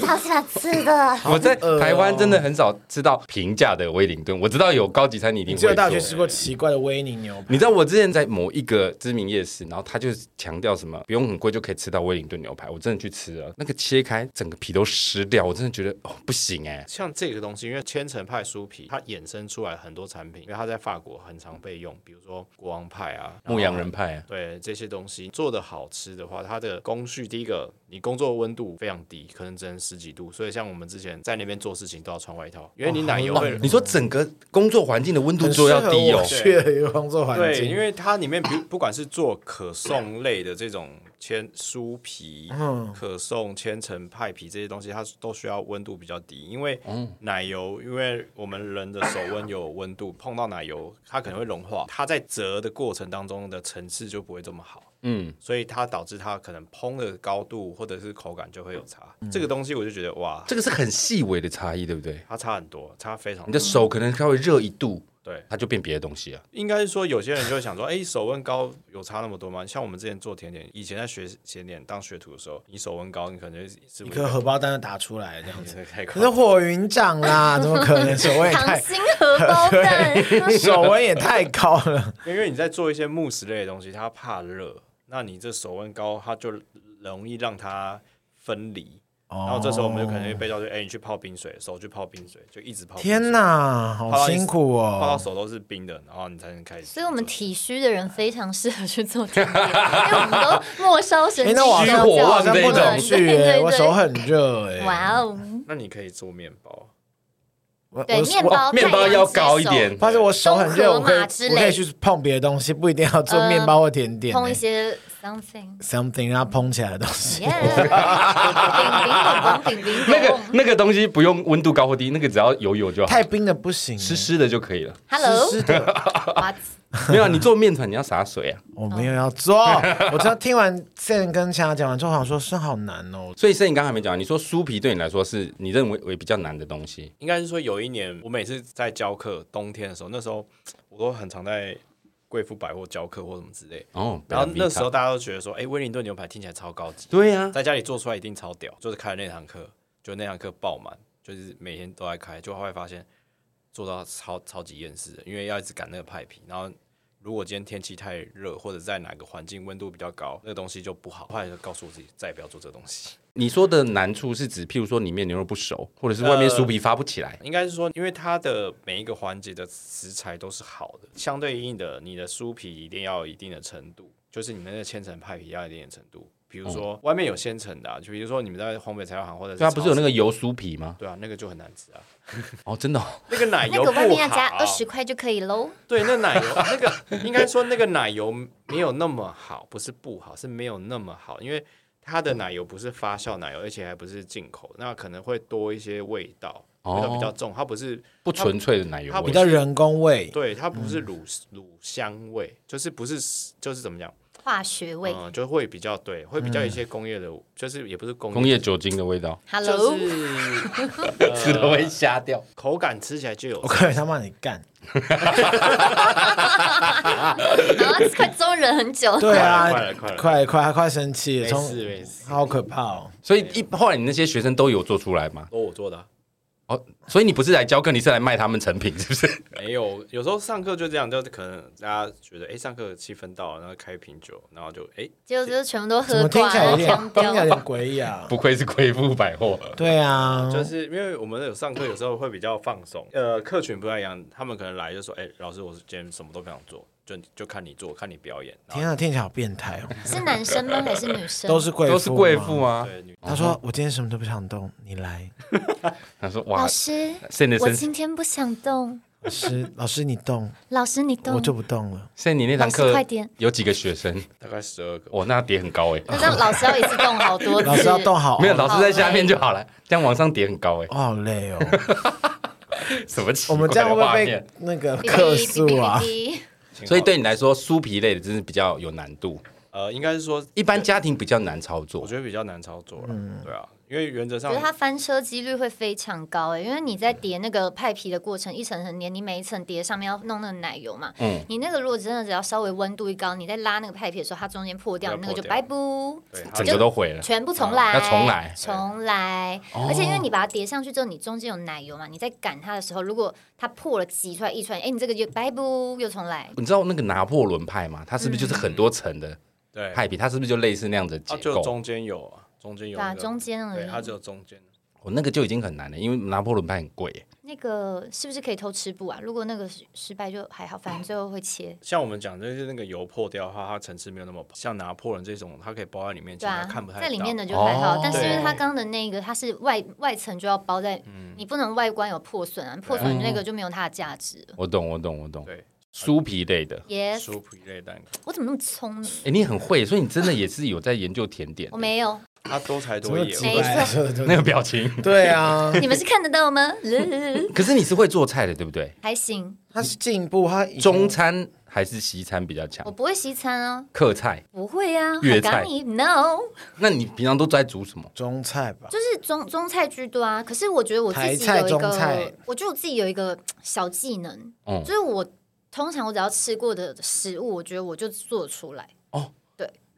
Speaker 3: 超想吃的，
Speaker 1: 我在
Speaker 2: 饿哦
Speaker 1: 台湾真的很少吃到平价的威灵顿，我知道有高级餐你一定
Speaker 2: 你
Speaker 1: 会
Speaker 2: 只有大学
Speaker 1: 做
Speaker 2: 吃过奇怪的威宁牛排，
Speaker 1: 你知道我之前在某一个知名夜市，然后他就是强调什么不用很贵就可以吃到威灵顿牛排，我真的去吃了，那个切开整个皮都湿掉，我真的觉得哦不行哎、
Speaker 4: 像这个东西，因为千层派酥皮，它衍生出来很多产品，因为它在法国很常被用，比如说国王派啊、
Speaker 1: 牧羊
Speaker 4: 然
Speaker 1: 人
Speaker 4: 后
Speaker 1: 派、啊。
Speaker 4: 对这些东西做的好吃的话，它的工序第一个，你工作温度非常低，可能只能十几度，所以像我们之前在那边做事情都要穿外套，因为你奶油
Speaker 1: 哦
Speaker 4: 会。，
Speaker 1: 你说整个工作环境的温度
Speaker 2: 很
Speaker 1: 都要低
Speaker 2: 适合
Speaker 1: 哦
Speaker 2: 我，去的一个工作环
Speaker 4: 对，
Speaker 2: 境，
Speaker 4: 因为它里面不 <coughs> 不管是做可颂类的这种千酥皮、
Speaker 1: 嗯
Speaker 4: 可颂、千层派皮这些东西，它都需要温度比较低，因为
Speaker 1: 哦
Speaker 4: 奶油，因为我们人的手温有温度，碰到奶油它可能会融化，它在折的过程当中的层次就不会这么好。
Speaker 1: 嗯，
Speaker 4: 所以它导致它可能烹的高度或者是口感就会有差。
Speaker 1: 嗯
Speaker 4: 这个东西我就觉得哇，
Speaker 1: 这个是很细微的差异，对不对？
Speaker 4: 它差很多，差非常
Speaker 1: 你
Speaker 4: 多
Speaker 1: 的。手可能稍微热一度，
Speaker 4: 对，
Speaker 1: 它就变别的东西了。
Speaker 4: 应该是说有些人就会想说，哎，手温高有差那么多吗？像我们之前做甜点，以前在学甜点当学徒的时候，你手温高，你可能就是
Speaker 2: 一颗荷包蛋就打出来这样子。
Speaker 4: 太
Speaker 2: 可
Speaker 4: 快
Speaker 2: 是。火云掌啦，怎么可能？手
Speaker 3: <laughs>
Speaker 2: 温也
Speaker 3: 溏
Speaker 2: 太
Speaker 3: 心荷包蛋。
Speaker 2: 手温也太高了。
Speaker 4: 因为你在做一些慕斯类的东西，它怕热，那你这手温高，它就容易让它分离。 <laughs>
Speaker 2: 哦
Speaker 4: 然后这时候我们就可能会被叫做，哎，你去泡冰水，手去泡冰水，就一直泡冰水。
Speaker 2: 哦天哪，好
Speaker 4: 泡到一
Speaker 2: 辛苦
Speaker 4: 泡到
Speaker 2: 哦！
Speaker 4: 手都是冰的，然后你才能开始做。
Speaker 3: 所以，我们体虚的人非常适合去做甜点，因为我们都末梢神
Speaker 2: 哎，
Speaker 3: 经
Speaker 2: 那我好像
Speaker 1: 虚火
Speaker 2: 我好
Speaker 1: 旺
Speaker 2: 像
Speaker 1: 那
Speaker 2: 不
Speaker 1: 种
Speaker 2: 能
Speaker 3: <laughs> 对
Speaker 2: 去
Speaker 3: 对
Speaker 2: 耶，
Speaker 3: 对
Speaker 2: 我手很热哎。
Speaker 3: 哇哦，
Speaker 4: 那你可以做面包，
Speaker 2: 我
Speaker 3: 对，
Speaker 2: 我
Speaker 3: 面包
Speaker 1: 面包要高一点，
Speaker 2: 发现我手很热，我可以
Speaker 3: 综合嘛之类呃
Speaker 2: 我可以去碰别的东西，不一定要做面包或甜点
Speaker 3: 碰
Speaker 2: 欸。
Speaker 3: 一些 something。
Speaker 2: something 让它蓬起来的东西 <laughs>
Speaker 3: Yeah，，饼饼饼饼饼
Speaker 1: 那个
Speaker 3: 饼
Speaker 1: 那个东西不用温度高或低，那个只要有有就好，
Speaker 2: 太冰的不行。欸
Speaker 1: 湿湿的就可以了。 <laughs>
Speaker 3: ，Hello，
Speaker 2: 湿湿的，
Speaker 3: What？
Speaker 1: 没有啊，你做面团你要洒水啊。
Speaker 2: 我哦没有要做。 <laughs> 我知道听完 Sam 跟强讲完之后，我想说是好难哦。
Speaker 1: 所以，森你刚才还没讲，你说酥皮对你来说是你认为为比较难的东西，
Speaker 4: 应该是说有一年我每次在教课，冬天的时候，那时候我都很常在贵妇百货教课或什么之类。
Speaker 1: 哦，
Speaker 4: 然后那时候
Speaker 1: Bellavita
Speaker 4: 大家都觉得说，哎、威灵顿牛排听起来超高级，
Speaker 1: 对啊呀、
Speaker 4: 在家里做出来一定超屌。就是开了那堂课，就那堂课爆满，就是每天都在开，就会发现做到超超级厌世的，因为要一直赶那个派皮。然后如果今天天气太热，或者在哪个环境温度比较高，那个东西就不好。后来就告诉我自己，再也不要做这个东西。
Speaker 1: 你说的难处是指，譬如说里面牛肉不熟，或者是外面
Speaker 4: 呃
Speaker 1: 酥皮发不起来。
Speaker 4: 应该是说，因为它的每一个环节的食材都是好的，相对应的，你的酥皮一定要有一定的程度，就是你们那个千层派皮要有一定的程度。比如说、外面有千层的、啊，就比如说你们在烘焙材料行或者是
Speaker 1: 哦对啊，不是有那
Speaker 4: 个
Speaker 1: 个油酥皮吗？
Speaker 4: 对啊，那个就很难吃啊，
Speaker 1: 哦，真的、哦，
Speaker 4: 那个奶
Speaker 3: 那
Speaker 4: 油
Speaker 3: 个
Speaker 4: 不
Speaker 3: 外面要加
Speaker 4: 好
Speaker 3: 二十块就可以喽。
Speaker 4: 对，那奶油那个应该说那个奶油没有那么好，不是不好，是没有那么好，因为它的奶油不是发酵奶油，而且还不是进口，那可能会多一些味道，味道比
Speaker 1: 哦
Speaker 4: 较重。它不是
Speaker 1: 不纯粹的奶油
Speaker 4: 它
Speaker 1: 味
Speaker 2: 比。较人工味，
Speaker 4: 对，它不是乳、乳香味，就是不是就是怎么讲，
Speaker 3: 化学味。
Speaker 4: 嗯，就会比较对，会比较一些工业的，就是也不是工
Speaker 1: 工业酒精的味道，
Speaker 3: Hello，、
Speaker 4: 就是呃
Speaker 1: 吃了会瞎掉。
Speaker 4: <laughs> 口感吃起来就有
Speaker 2: 我看他骂你干。
Speaker 3: 然后快中忍很久。
Speaker 2: 对啊，
Speaker 4: 快了快了
Speaker 2: 快快他快生气了，
Speaker 4: 没
Speaker 2: 从
Speaker 4: 事没事，
Speaker 2: 好可怕哦！
Speaker 1: 所以一后来你那些学生都有做出来吗？
Speaker 4: 都我做的啊、
Speaker 1: 哦，所以你不是来教课，你是来卖他们成品，是不是？ <laughs>
Speaker 4: 没有，有时候上课就这样，就是可能大家觉得，哎、上课气氛到了，然后开一瓶酒，然后就，哎、
Speaker 3: 结果就是全部都
Speaker 2: 怎
Speaker 3: 喝
Speaker 2: 么听
Speaker 3: 挂
Speaker 2: 起来有
Speaker 3: 了，
Speaker 2: 点
Speaker 3: 腔
Speaker 2: 听起来有
Speaker 3: 掉。
Speaker 2: 点诡异
Speaker 1: <laughs>
Speaker 2: 啊？
Speaker 1: 不愧是贵妇百货。
Speaker 2: 对啊，
Speaker 4: 就是因为我们有上课，有时候会比较放松。呃，客群不太一样，他们可能来就说，哎、老师，我今天什么都不想做，就就看你做，看你表演。然
Speaker 2: 天
Speaker 4: 后
Speaker 2: 啊，听起来好变态哦！
Speaker 3: 是男生吗？还是女生？
Speaker 2: 都是贵妇，
Speaker 1: 都是贵妇。啊吗？
Speaker 4: 对，女
Speaker 2: 他说：“我今天什么都不想动，你来，
Speaker 1: 他说哇
Speaker 3: 老，师，
Speaker 1: 现在
Speaker 3: 我
Speaker 1: 身
Speaker 3: 今天不想动。
Speaker 2: 老师，老师你动，
Speaker 3: 老师，你动
Speaker 2: 我。就不动了。
Speaker 1: 现在你那堂
Speaker 3: 老师
Speaker 1: 课
Speaker 3: 快点
Speaker 1: 有几个学生？
Speaker 4: 大概十二个，
Speaker 1: 哇，那叠很高哎。
Speaker 3: 那这样老师要一次动好多次。
Speaker 2: 老师要动好，
Speaker 1: <laughs> 没有，
Speaker 2: 哦
Speaker 1: 老师在下面就好了，这样往上叠很高哎
Speaker 2: 我。好累哦。
Speaker 1: 什么奇
Speaker 2: 我
Speaker 1: 怪
Speaker 2: 们这样
Speaker 1: 的
Speaker 2: 会不
Speaker 1: 画
Speaker 2: 会
Speaker 1: 面
Speaker 2: 被？那个
Speaker 3: 哔哔
Speaker 2: 客诉啊
Speaker 3: 哔哔？哔哔
Speaker 1: 所以对你来说，酥皮类的真是比较有难度，
Speaker 4: 呃，应该是说，
Speaker 1: 一般家庭比较难操作
Speaker 4: 我。觉得比较难操作了。
Speaker 2: 嗯
Speaker 4: 对啊，因为原则
Speaker 3: 我
Speaker 4: 上
Speaker 3: 觉得它翻车几率会非常高欸诶、因为你在叠那个派皮的过程，一层层叠，你每一层叠上面要弄那个奶油嘛。
Speaker 1: 嗯
Speaker 3: 你那个如果真的只要稍微温度一高，你在拉那个派皮的时候，它中间破掉，
Speaker 4: 要
Speaker 3: 你那个就
Speaker 4: 破掉
Speaker 3: 拜不，
Speaker 4: 对它
Speaker 1: 整个都毁了。
Speaker 3: 全部重来，
Speaker 1: 要重来哦
Speaker 3: 重来。而且因为你把它叠上去之后，你中间有奶油嘛，你在擀它的时候，如果它破了挤出来溢出来，哎，你这个就拜不又重来。
Speaker 1: 你知道那个拿破仑派吗？它是不是就是很多层的
Speaker 2: 嗯
Speaker 4: 对，
Speaker 1: 派皮？它是不是就类似那样的
Speaker 2: 哦
Speaker 1: 结
Speaker 4: 啊，就
Speaker 1: 构？
Speaker 4: 中间有啊，中间有、
Speaker 3: 对啊
Speaker 4: 那个
Speaker 3: 中间而已
Speaker 4: 对，它只有中间。
Speaker 1: 我哦那个就已经很难了，因为拿破仑派很贵。欸
Speaker 2: 嗯
Speaker 3: 那个是不是可以偷吃布啊？如果那个失失败就还好，反正最后会切。
Speaker 4: 像我们讲，就是那个油破掉的话，它层次没有那么像拿破仑这种，它可以包在里面，其
Speaker 3: 对
Speaker 4: 实
Speaker 3: 啊
Speaker 4: 它看不，太到。
Speaker 3: 在里面的就还好，
Speaker 1: 哦
Speaker 3: 但是因为
Speaker 4: 对
Speaker 3: 它刚刚的那个，它是外外层就要包在，你不能外观有破损啊，破损那
Speaker 2: 嗯
Speaker 3: 个就没有它的价值了。
Speaker 1: 我懂，我懂，我懂。
Speaker 4: 对，
Speaker 1: 酥皮类的，
Speaker 3: 耶，
Speaker 4: 酥皮类蛋糕，
Speaker 3: 我怎么那么聪明？
Speaker 1: 哎，你很会，所以你真的也是有在研究甜点
Speaker 3: 我。没有，
Speaker 4: 它多才
Speaker 2: 怎
Speaker 4: 多
Speaker 2: 么
Speaker 4: 艺。哦
Speaker 2: 几
Speaker 3: 没
Speaker 2: 百
Speaker 3: 错
Speaker 2: 个
Speaker 1: 那个表情，
Speaker 2: <laughs> 对啊，
Speaker 3: 你们是看得到吗？ <laughs>
Speaker 1: 可是你是会做菜的，对不对？
Speaker 3: 还行，
Speaker 2: 他是进步，他已经
Speaker 1: 中餐还是西餐比较强
Speaker 3: 我？不会西餐啊，
Speaker 1: 客菜？
Speaker 3: 不会啊，
Speaker 1: 粤
Speaker 3: 海
Speaker 1: 菜
Speaker 3: 港你 no，
Speaker 1: 那你平常都在煮什么？
Speaker 2: 中菜吧，
Speaker 3: 就是中中菜居多啊。可是我觉得我自己
Speaker 2: 台菜
Speaker 3: 有一
Speaker 2: 中菜
Speaker 3: 个，我觉得我自己有一个小技能，
Speaker 1: 嗯
Speaker 3: 就是我通常我只要吃过的食物，我觉得我就做得出来。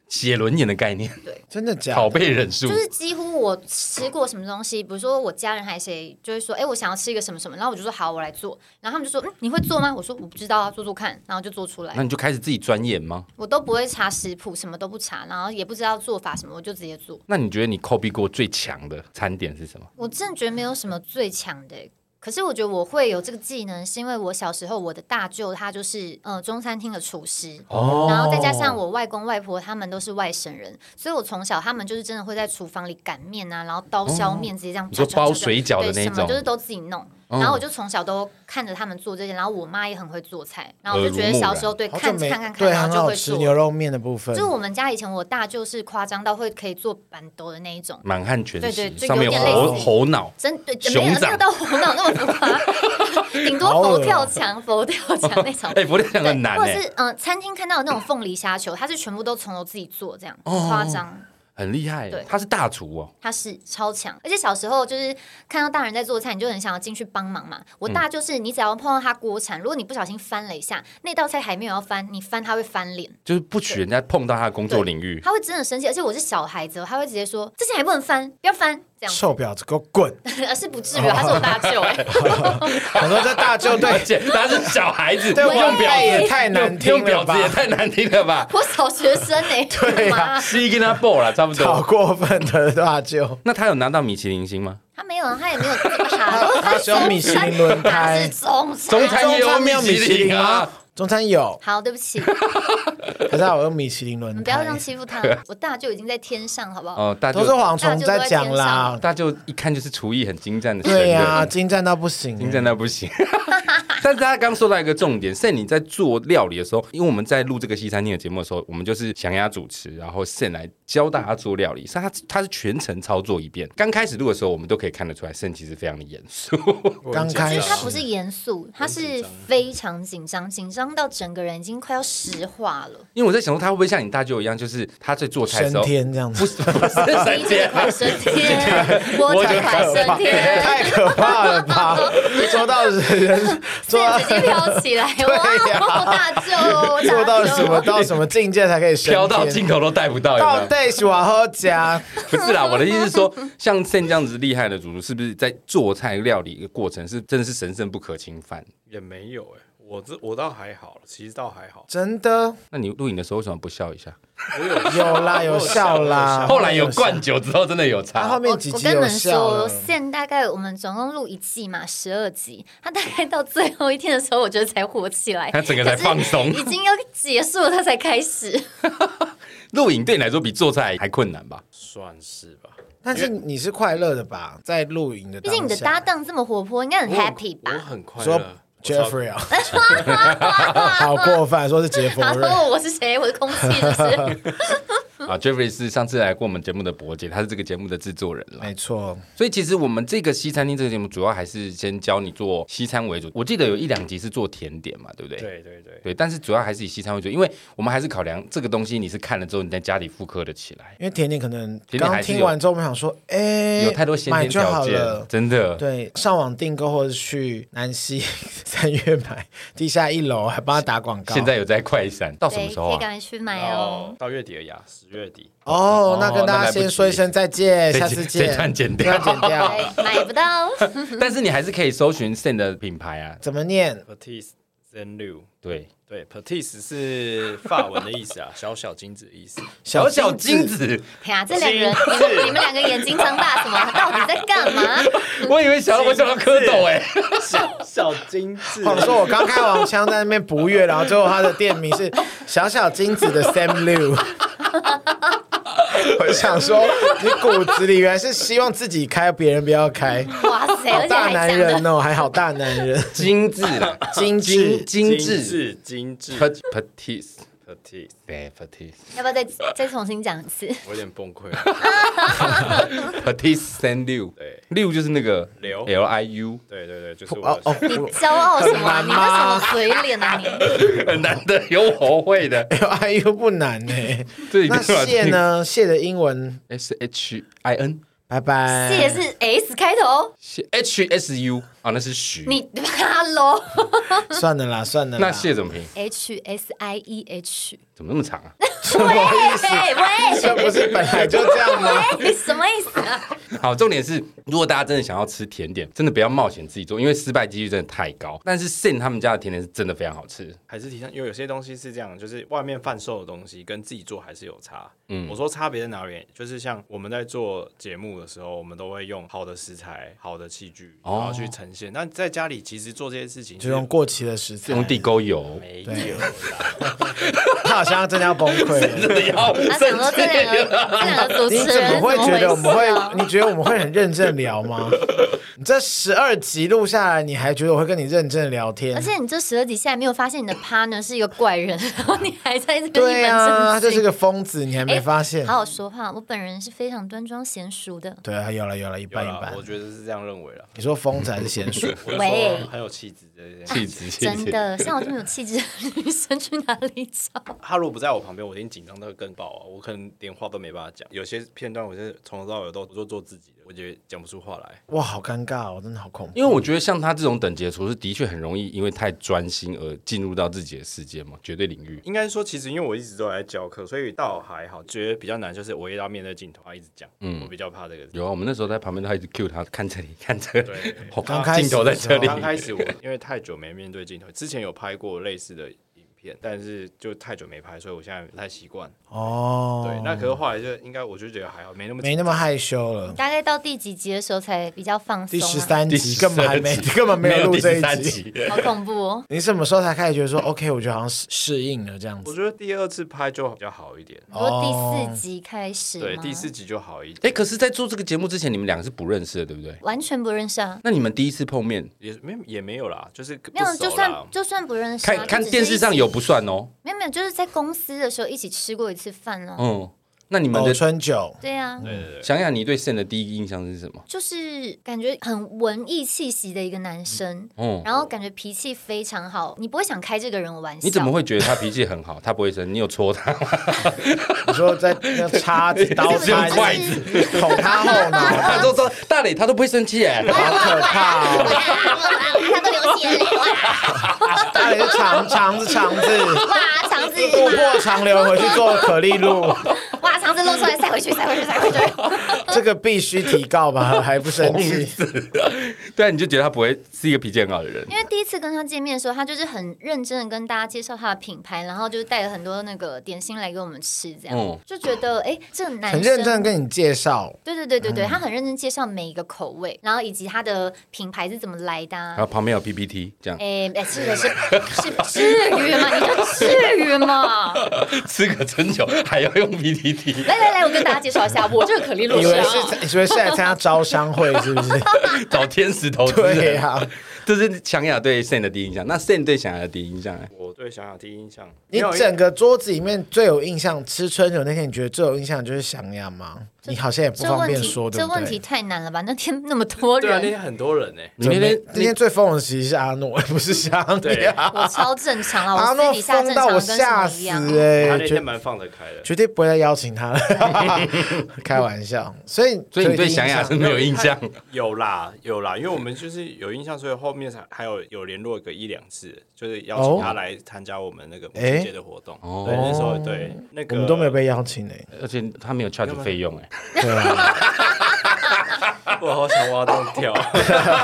Speaker 1: 写轮眼的概念，
Speaker 2: 真的假
Speaker 1: 拷
Speaker 2: 的？
Speaker 1: 贝忍术
Speaker 3: 啊就。是几乎我吃过什么东西，比如说我家人还谁，就会说，哎、我想要吃一个什么什么，然后我就说好，我来做，然后他们就说，嗯，你会做吗？我说我不知道啊，做做看，然后就做出
Speaker 1: 那
Speaker 3: 来，
Speaker 1: 你就开始自己钻研吗？
Speaker 3: 我都不会查食谱，什么都不查，然后也不知道做法什么，我就直接做。
Speaker 1: 那你觉得你 copy 过最强的餐点是什么？
Speaker 3: 我真的觉得没有什么最强的、欸可是我觉得我会有这个技能，是因为我小时候我的大舅他就是呃中餐厅的厨师，
Speaker 1: 哦
Speaker 3: 然后再加上我外公外婆他们都是外省人，所以我从小他们就是真的会在厨房里擀面啊，然后刀削面直接这样
Speaker 1: 哦你
Speaker 3: 抓
Speaker 1: 说
Speaker 3: 抓抓抓，
Speaker 1: 包水饺的
Speaker 3: 对
Speaker 1: 那
Speaker 3: 什么
Speaker 1: 种嗯
Speaker 3: 就是都自己弄。然后我就从小都看着他们做这些，然后我妈也很会做菜，然后我就觉
Speaker 1: 耳
Speaker 3: 得
Speaker 1: 濡目
Speaker 3: 小
Speaker 1: 染
Speaker 3: 时候对
Speaker 2: 好
Speaker 3: 看
Speaker 2: 久
Speaker 3: 看
Speaker 2: 没
Speaker 3: 看看，
Speaker 2: 对，
Speaker 3: 然
Speaker 2: 很
Speaker 3: 后就
Speaker 2: 好
Speaker 3: 会
Speaker 2: 吃
Speaker 3: 做。
Speaker 2: 牛肉面的部分
Speaker 3: 就，是我们家以前我大舅是夸张到会可以做板豆的那一种，
Speaker 1: 满汉全
Speaker 3: 对
Speaker 1: 席
Speaker 3: 对就
Speaker 1: 上面
Speaker 3: 有点
Speaker 1: 猴
Speaker 3: 类似
Speaker 1: 猴脑，
Speaker 3: 真对，
Speaker 1: 熊
Speaker 3: 没有那
Speaker 1: 掌哦
Speaker 3: 个到头脑那么浮
Speaker 1: <laughs>
Speaker 3: 夸，顶多
Speaker 2: 好恶
Speaker 3: 佛
Speaker 2: 啊
Speaker 3: 跳墙、佛跳墙那种。
Speaker 1: 哎，不对，很
Speaker 3: 对，
Speaker 1: 难
Speaker 3: 或
Speaker 1: 哎
Speaker 3: 者，是嗯、呃餐厅看到的那种凤梨虾球，它是全部都从头自己做，这样
Speaker 1: 哦
Speaker 3: 很夸张。
Speaker 1: 很厉害欸
Speaker 3: 对，
Speaker 1: 他是大厨哦。
Speaker 3: 他是超强，而且小时候就是看到大人在做菜，你就很想要进去帮忙嘛。我
Speaker 1: 嗯
Speaker 3: 大就是你只要碰到他锅铲，如果你不小心翻了一下，那道菜还没有要翻，你翻他会翻脸，
Speaker 1: 就是不许人家碰到他的工作领域。
Speaker 3: 他会真的生气。而且我是小孩子哦，他会直接说这些还不能翻，不要翻这样子。
Speaker 2: 臭婊子给我滚！ <laughs>
Speaker 3: <laughs> 而是不至于，他是我大舅哎、
Speaker 1: <laughs>
Speaker 2: 我说这大舅
Speaker 1: 而
Speaker 2: 对
Speaker 1: 且他是小孩子，
Speaker 2: 对
Speaker 1: 用
Speaker 2: 我
Speaker 1: 表
Speaker 2: 太也
Speaker 1: 子
Speaker 2: 太难
Speaker 1: 用
Speaker 2: 听了
Speaker 1: 表
Speaker 2: 吧
Speaker 1: 子，也太难听了
Speaker 3: <laughs>
Speaker 1: 吧？
Speaker 3: 我小学生哎、
Speaker 2: 对啊
Speaker 3: 妈
Speaker 1: 是一跟他爆了，差不
Speaker 2: 好
Speaker 1: 多。
Speaker 2: 过分的大舅。
Speaker 1: 那他有拿到米其林星吗？
Speaker 3: 他没有，啊，他也没有
Speaker 2: <laughs>
Speaker 3: 这么好。
Speaker 2: 他喜欢米其林轮
Speaker 3: 他
Speaker 2: 胎，
Speaker 3: 是中餐
Speaker 1: 中餐也有米其林
Speaker 2: 中餐没有米其林
Speaker 1: 啊
Speaker 2: 吗？中餐有，
Speaker 3: 好，对不起，
Speaker 2: 可是我用米其林轮
Speaker 3: 你
Speaker 2: 胎。
Speaker 3: 们不要这样欺
Speaker 2: <laughs>
Speaker 3: 负他，我大舅已经在天上，好不好？
Speaker 1: 哦，大
Speaker 2: 都是
Speaker 1: 舅
Speaker 2: 蝗虫在讲啦。
Speaker 1: 大舅一看就是厨艺很精湛的神人，
Speaker 2: 对呀、精湛到不行。啊
Speaker 1: 精湛到不行。 <laughs> 但是他刚说到一个重点，是你在做料理的时候，因为我们在录这个西餐厅的节目的时候，我们就是想要主持，然后 Sen 来教大家做料理，所以他他是全程操作一遍。刚开始录的时候，我们都可以看得出来，Sen 其实非常的严肃，
Speaker 2: 刚开
Speaker 3: 其
Speaker 2: 始
Speaker 3: 实他不是严肃，他是非常紧张，紧张到整个人已经快要石化
Speaker 2: <laughs>
Speaker 3: 了，
Speaker 1: 因为我在想说他会不会像你大舅一样，就是他在做菜的
Speaker 2: 升
Speaker 1: 时候，
Speaker 2: 天这样
Speaker 1: 不
Speaker 2: 子，
Speaker 1: 是不是
Speaker 3: 你
Speaker 1: 神
Speaker 3: 这个
Speaker 1: 仙，
Speaker 3: 快升天，我这快升天，
Speaker 2: 太可怕了
Speaker 3: <laughs>
Speaker 2: 吧！做到人做到
Speaker 3: 这直接飘起来，哇，大舅，我
Speaker 2: 做
Speaker 3: 大
Speaker 2: 到
Speaker 3: 舅
Speaker 2: 什么到什么境界才可以升
Speaker 1: 飘到
Speaker 2: 天
Speaker 1: 镜头都带哎不到，有没
Speaker 2: 到
Speaker 1: 有？
Speaker 2: 底是往后加？。
Speaker 1: 不是啦，我的意思是说，像 Sen 这样子厉害的主厨，是不是在做菜料理的过程是真的是神圣不可侵犯？
Speaker 4: 也没有哎、我这我倒还好，其实倒还好
Speaker 2: 真的
Speaker 1: 那你录影的时候为什么不笑一下？
Speaker 4: 我有
Speaker 2: 有啦，有笑啦。
Speaker 1: 后来有灌酒之后，真的有
Speaker 2: 他
Speaker 1: 差
Speaker 2: 后。
Speaker 3: 我
Speaker 2: 面几
Speaker 3: 我
Speaker 2: 集
Speaker 3: 跟你
Speaker 2: 有
Speaker 3: 们
Speaker 2: 笑
Speaker 3: 说，
Speaker 2: 了。
Speaker 3: 现大概我们总共录一季嘛，十二集，他大概到最后一天的时候，我觉得才火起来，
Speaker 1: 他整个才放松
Speaker 3: <laughs> 可是已经要结束了，他才开始。
Speaker 1: 录影对你来说比做菜还困难吧？
Speaker 4: 算是吧，
Speaker 2: 但是你是快乐的吧？在录影的，
Speaker 3: <laughs> 毕竟你的搭。档这么活泼，应该很 happy
Speaker 4: 我
Speaker 3: 吧？
Speaker 4: 很快
Speaker 1: 哎
Speaker 2: 说
Speaker 4: 乐。
Speaker 2: Jeffrey 啊，
Speaker 1: <laughs>
Speaker 2: 好过分，说是杰佛
Speaker 3: 他
Speaker 2: 瑞，
Speaker 3: 说我是谁？我是空气，就是。
Speaker 1: 啊，Jeffrey 是上次来过我们节目的伯杰，他是这个节目的制作人了。
Speaker 2: 没错，
Speaker 1: 所以其实我们这个西餐厅这个节目，主要还是先教你做西餐为主。我记得有一两集是做甜点嘛，对不对？
Speaker 4: 对对对，
Speaker 1: 对，但是主要还是以西餐为主，因为我们还是考量这个东西你是看了之后，你在家里复刻的起来。
Speaker 2: 因为甜点可能
Speaker 1: 甜点
Speaker 2: 刚
Speaker 1: 还是有
Speaker 2: 听完之后，我们想说，哎，
Speaker 1: 有太多先
Speaker 2: 买
Speaker 1: 天
Speaker 2: 就
Speaker 1: 条
Speaker 2: 好
Speaker 1: 件
Speaker 2: 了，，
Speaker 1: 真的。
Speaker 2: 对，上网订购或者去南溪三月买，地下一楼还帮他打广告。
Speaker 1: 现在有在快闪，
Speaker 3: <laughs>
Speaker 1: 到什么
Speaker 3: 对，
Speaker 1: 时候
Speaker 3: 可以
Speaker 1: 啊？
Speaker 3: 赶快去买
Speaker 4: 然
Speaker 3: 哦
Speaker 4: 后。到月底了呀，十月底。
Speaker 2: 哦，那跟大
Speaker 1: 那来
Speaker 2: 家
Speaker 1: 不及
Speaker 2: 先说一声再见，
Speaker 1: 这
Speaker 2: 下次
Speaker 1: 这
Speaker 2: 见。
Speaker 1: 段剪
Speaker 2: 这段
Speaker 1: 掉，
Speaker 2: <laughs> 剪掉，
Speaker 3: 对，买不到，
Speaker 1: <laughs> 但是你还是可以搜寻 Sen 的品牌啊。
Speaker 2: 怎么念？
Speaker 4: Petite Zenlu，
Speaker 1: 对，
Speaker 4: 对，Petite 是法文的意 <laughs> 思啊，小小精子的意思。
Speaker 2: 哦
Speaker 1: 小小金子，
Speaker 3: 哎呀，这两个人，你们你们两个眼睛张大什么？到底在干嘛？
Speaker 1: 我以为小我想到蝌蚪哎，
Speaker 4: 小小精致
Speaker 2: 谎哦说，我刚开黄腔在那边不悦，然后最后他的店名
Speaker 1: <laughs>
Speaker 2: 是小小金子的 Sam Liu。我想说，你骨子里原来是希望自己开，别人不要开，
Speaker 3: 哇塞，
Speaker 2: 好
Speaker 3: 而且
Speaker 2: 大
Speaker 3: 还
Speaker 2: 男
Speaker 3: 讲的
Speaker 2: 人哦，还好大男
Speaker 1: <laughs>
Speaker 2: 人，
Speaker 1: 精致啦，
Speaker 2: <laughs> 精致
Speaker 1: 精。精
Speaker 4: 精
Speaker 1: 致
Speaker 4: 致精致
Speaker 1: Pet-，petite，
Speaker 4: Petite，
Speaker 1: 对，petite，petite
Speaker 3: 要不要再再重新讲一次？
Speaker 4: 我有点崩溃了。
Speaker 1: 三六，
Speaker 4: 对
Speaker 1: 六就是那个
Speaker 4: 流
Speaker 1: L I U，
Speaker 2: <laughs>
Speaker 4: 对对对，就是
Speaker 2: 哦
Speaker 4: 我
Speaker 2: 哦，
Speaker 3: 你骄傲什么啊？你为什么嘴脸啊？你
Speaker 1: <laughs> 很难得有我会
Speaker 2: <laughs>
Speaker 1: 的，
Speaker 2: 哎呦哎呦，不难呢、
Speaker 1: 这里
Speaker 2: 那谢
Speaker 1: <laughs>
Speaker 2: 呢？谢的英文，
Speaker 1: ？S H I N
Speaker 2: 拜拜。
Speaker 3: 谢是 S 开头，
Speaker 1: H S U 啊，那是许，
Speaker 3: 你 <laughs> Hello
Speaker 2: 算了啦，算了啦。
Speaker 1: 那谢怎么拼？
Speaker 3: H S I E H，哎
Speaker 1: 怎么那么长啊？
Speaker 2: 什么意思？
Speaker 3: 喂喂
Speaker 2: 这不是本来就这样吗？ <laughs>
Speaker 3: 喂，什么意思啊？
Speaker 1: 好，重点是，如果大家真的想要吃甜点，真的不要冒险自己做，因为失败几率真的太高。但是 Sen 他们家的甜点是真的非常好吃，
Speaker 4: 还是提倡，因为有些东西是这样，就是外面贩售的东西跟自己做还是有差。嗯，我说差别在哪里？就是像我们在做节目的时候，我们都会用好的食材、好的器具，然后去呈现。那在家里其实做这些事情
Speaker 2: 哦就是用过期的食材
Speaker 1: 用，地沟油，
Speaker 4: 没有啦，
Speaker 2: 他好像真的要崩溃
Speaker 1: <laughs>
Speaker 2: 了。
Speaker 1: 真的要
Speaker 3: 他想说这两个这两个主
Speaker 2: 你
Speaker 3: 持
Speaker 2: 怎
Speaker 3: 人
Speaker 2: 么会觉得我们
Speaker 3: 怎么回事啊
Speaker 2: 会？你觉得我们会很认真聊吗？ <laughs> 你这十二集录下来，你还觉得我会跟你认真聊天
Speaker 3: 而？且你这十二集下来没有发现你的 partner 是一个怪人， <laughs> 然后你还在这跟一
Speaker 2: 对
Speaker 3: 本
Speaker 2: 啊，他
Speaker 3: 正
Speaker 2: 就是
Speaker 3: 经。
Speaker 2: 个疯子，你还没发现
Speaker 3: 哎好？好说话，我本人是非常端庄娴熟的。
Speaker 2: 对啊，有了有了，一
Speaker 4: 有
Speaker 2: 半 <laughs> 一
Speaker 4: 啦
Speaker 2: 半
Speaker 4: 我。觉得是这样认为了。
Speaker 2: 你说疯子还是娴熟？
Speaker 4: 我就
Speaker 3: 喂
Speaker 4: 说很有气质这些。
Speaker 1: 气质，气
Speaker 3: 真
Speaker 1: 质。
Speaker 3: 的，像我这么有气质的女生去哪里找？ <laughs>
Speaker 4: 他如果不在我旁边，我一定紧张到更爆啊！我可能连话都没办法讲。有些片段我是从头到尾都我都做自己的，我觉得讲不出话来。
Speaker 2: 哇，好尴尬哦，真的好恐怖。
Speaker 1: 因为我觉得像他这种等级的厨师，的确很容易因为太专心而进入到自己的世界嘛，绝对领域。
Speaker 4: 应该说，其实因为我一直都有在教课，所以倒还好。觉得比较难就是我一到面对镜头，他一直讲，我比较怕这个。
Speaker 1: 有啊，我们那时候在旁边，他一直 cue 他看这里，看这里
Speaker 4: 对，
Speaker 1: 哦
Speaker 2: 刚开
Speaker 1: <laughs>
Speaker 2: 始
Speaker 1: 镜头在这里
Speaker 2: 的时候
Speaker 4: <laughs> 刚开始我因为太久没面对镜头，之前有拍过类似的影片，片，但是就太久没拍，所以我现在不太习惯。
Speaker 2: 哦，
Speaker 4: 对，那可是后来就应该我就觉得还好，没那么
Speaker 2: 没那么害羞了。
Speaker 3: 大概到第几集的时候才比较放松、
Speaker 2: 第
Speaker 3: 啊？
Speaker 2: 十，三
Speaker 1: 第
Speaker 2: 集
Speaker 1: 13
Speaker 2: 根本还没，
Speaker 1: 集
Speaker 2: 根本没有录
Speaker 1: 第
Speaker 2: 这一
Speaker 1: 三
Speaker 2: 集。
Speaker 1: 集，
Speaker 3: 好恐怖哦！
Speaker 2: 你什么时候才开始觉得说 OK？我觉得好像适适应了这样
Speaker 4: 我
Speaker 2: 子。
Speaker 4: 觉得第二次拍就比较好一点，
Speaker 3: 不过
Speaker 2: 哦
Speaker 3: 第四集开始吗，
Speaker 4: 对，第四集就好一点，
Speaker 1: 哎，可是，在做这个节目之前，你们两个是不认识的，对不对？
Speaker 3: 完全不认识啊。
Speaker 1: 那你们第一次碰面，
Speaker 4: 也没也没有啦，就是
Speaker 3: 没有，
Speaker 4: 不熟
Speaker 3: 就
Speaker 4: 啦
Speaker 3: 算就算不认识、啊，
Speaker 1: 看看
Speaker 3: 就只是
Speaker 1: 电视上
Speaker 3: 一起
Speaker 1: 有不算哦。
Speaker 3: 没有没有，就是在公司的时候一起吃过一次饭哦。
Speaker 1: 嗯，那你们
Speaker 2: 某
Speaker 1: 的
Speaker 2: 春酒，
Speaker 3: 对啊，
Speaker 1: 想想你对 Sen 的第一印象是什么？
Speaker 3: 就是感觉很文艺气息的一个男生，
Speaker 1: 嗯，
Speaker 3: 然后感觉脾气非常好，你不会想开这个人的玩笑。
Speaker 1: 你怎么会觉得他脾气很好？他不会生，你有戳他吗？
Speaker 2: 你说在那叉子、刀
Speaker 1: 是用
Speaker 2: 叉、
Speaker 1: 筷
Speaker 3: 子
Speaker 2: 捅他后脑，
Speaker 1: 他说说大磊，他都不会生气 <laughs> 哎。
Speaker 2: 好可怕哦！
Speaker 3: 他都流血了，
Speaker 2: 大脸是肠肠子肠子，
Speaker 3: 哇，肠子
Speaker 2: 渡破长流回去做可丽
Speaker 3: <laughs>
Speaker 2: 露，
Speaker 3: 哇，肠子露出来，塞回去，塞回去，塞回去。
Speaker 2: 这个必须提告吧？还不生气？
Speaker 1: 对啊，你就觉得他不会是一个脾气很好的人。
Speaker 3: 因为第一次跟他见面的时候，他就是很认真的跟大家介绍他的品牌，然后就是带了很多那个点心来给我们吃，这样、
Speaker 1: 嗯
Speaker 3: 就觉得哎，这个男生
Speaker 2: 很认真地跟你介绍，
Speaker 3: 对对对对对，他很认真介绍每一个口味，然后以及它的品牌是怎么来的、
Speaker 1: 然
Speaker 3: 啊
Speaker 1: 后。旁边有 PPT 这样，
Speaker 3: 哎哎，是的
Speaker 4: <laughs>
Speaker 3: 是是至于吗？你就至于吗？
Speaker 1: <laughs> 吃个春酒还要用 PPT， <laughs>
Speaker 3: 来来来，我跟大家介绍一下，我这个可丽露
Speaker 2: 以
Speaker 3: 是
Speaker 2: 为
Speaker 3: 啊，
Speaker 2: 是以为是来参加招商会，是
Speaker 3: <laughs>
Speaker 2: 不是？
Speaker 1: 找天使投资人。
Speaker 2: 对呀，
Speaker 1: <laughs> 这是强雅对 Sen 的第一印象。那 Sen 对强雅的第一印象呢？
Speaker 4: 我对小小第一印象，
Speaker 2: 你
Speaker 4: 没有
Speaker 2: 整个桌子里面最有印象，吃春酒那天，你觉得最有印象就是翔阳吗？你好像也不
Speaker 3: 这
Speaker 2: 方
Speaker 3: 问
Speaker 2: 便
Speaker 3: 题
Speaker 2: 说，对
Speaker 3: 这
Speaker 2: 不
Speaker 3: 问
Speaker 2: 对？
Speaker 3: 题太难了吧？那天那么多
Speaker 4: <laughs> 对啊，那
Speaker 3: 人，
Speaker 4: 天很多人呢、
Speaker 1: 你那天
Speaker 2: 那天最疯的其实是阿诺，不是翔
Speaker 4: 对
Speaker 2: 阳。
Speaker 3: 我超正常啦，
Speaker 2: 阿
Speaker 3: 我私
Speaker 2: 诺
Speaker 3: 底下正
Speaker 2: 疯到
Speaker 3: 常
Speaker 2: 我
Speaker 3: 跟什
Speaker 2: 吓
Speaker 3: 么一
Speaker 2: 死
Speaker 3: 样。
Speaker 4: 他
Speaker 2: 哎、
Speaker 4: 那
Speaker 2: 绝
Speaker 4: 天蛮放得开的。
Speaker 2: 绝对不会再邀请他了，开玩笑。所以，
Speaker 1: 所以你对翔雅是没有印象。
Speaker 4: 有啦，有啦，因为我们就是有印象，所以后面才还有有联络个一两次，就是邀请他来参加我们那个母亲节的活动。
Speaker 1: 哦
Speaker 4: 对，那时候对那
Speaker 2: 我
Speaker 4: 个
Speaker 2: 们都没有被邀请呢、欸
Speaker 1: 而且他没有 charge 费用哎，
Speaker 2: 对啊，
Speaker 4: 我好想挖洞
Speaker 2: <laughs>
Speaker 4: 跳，
Speaker 2: 他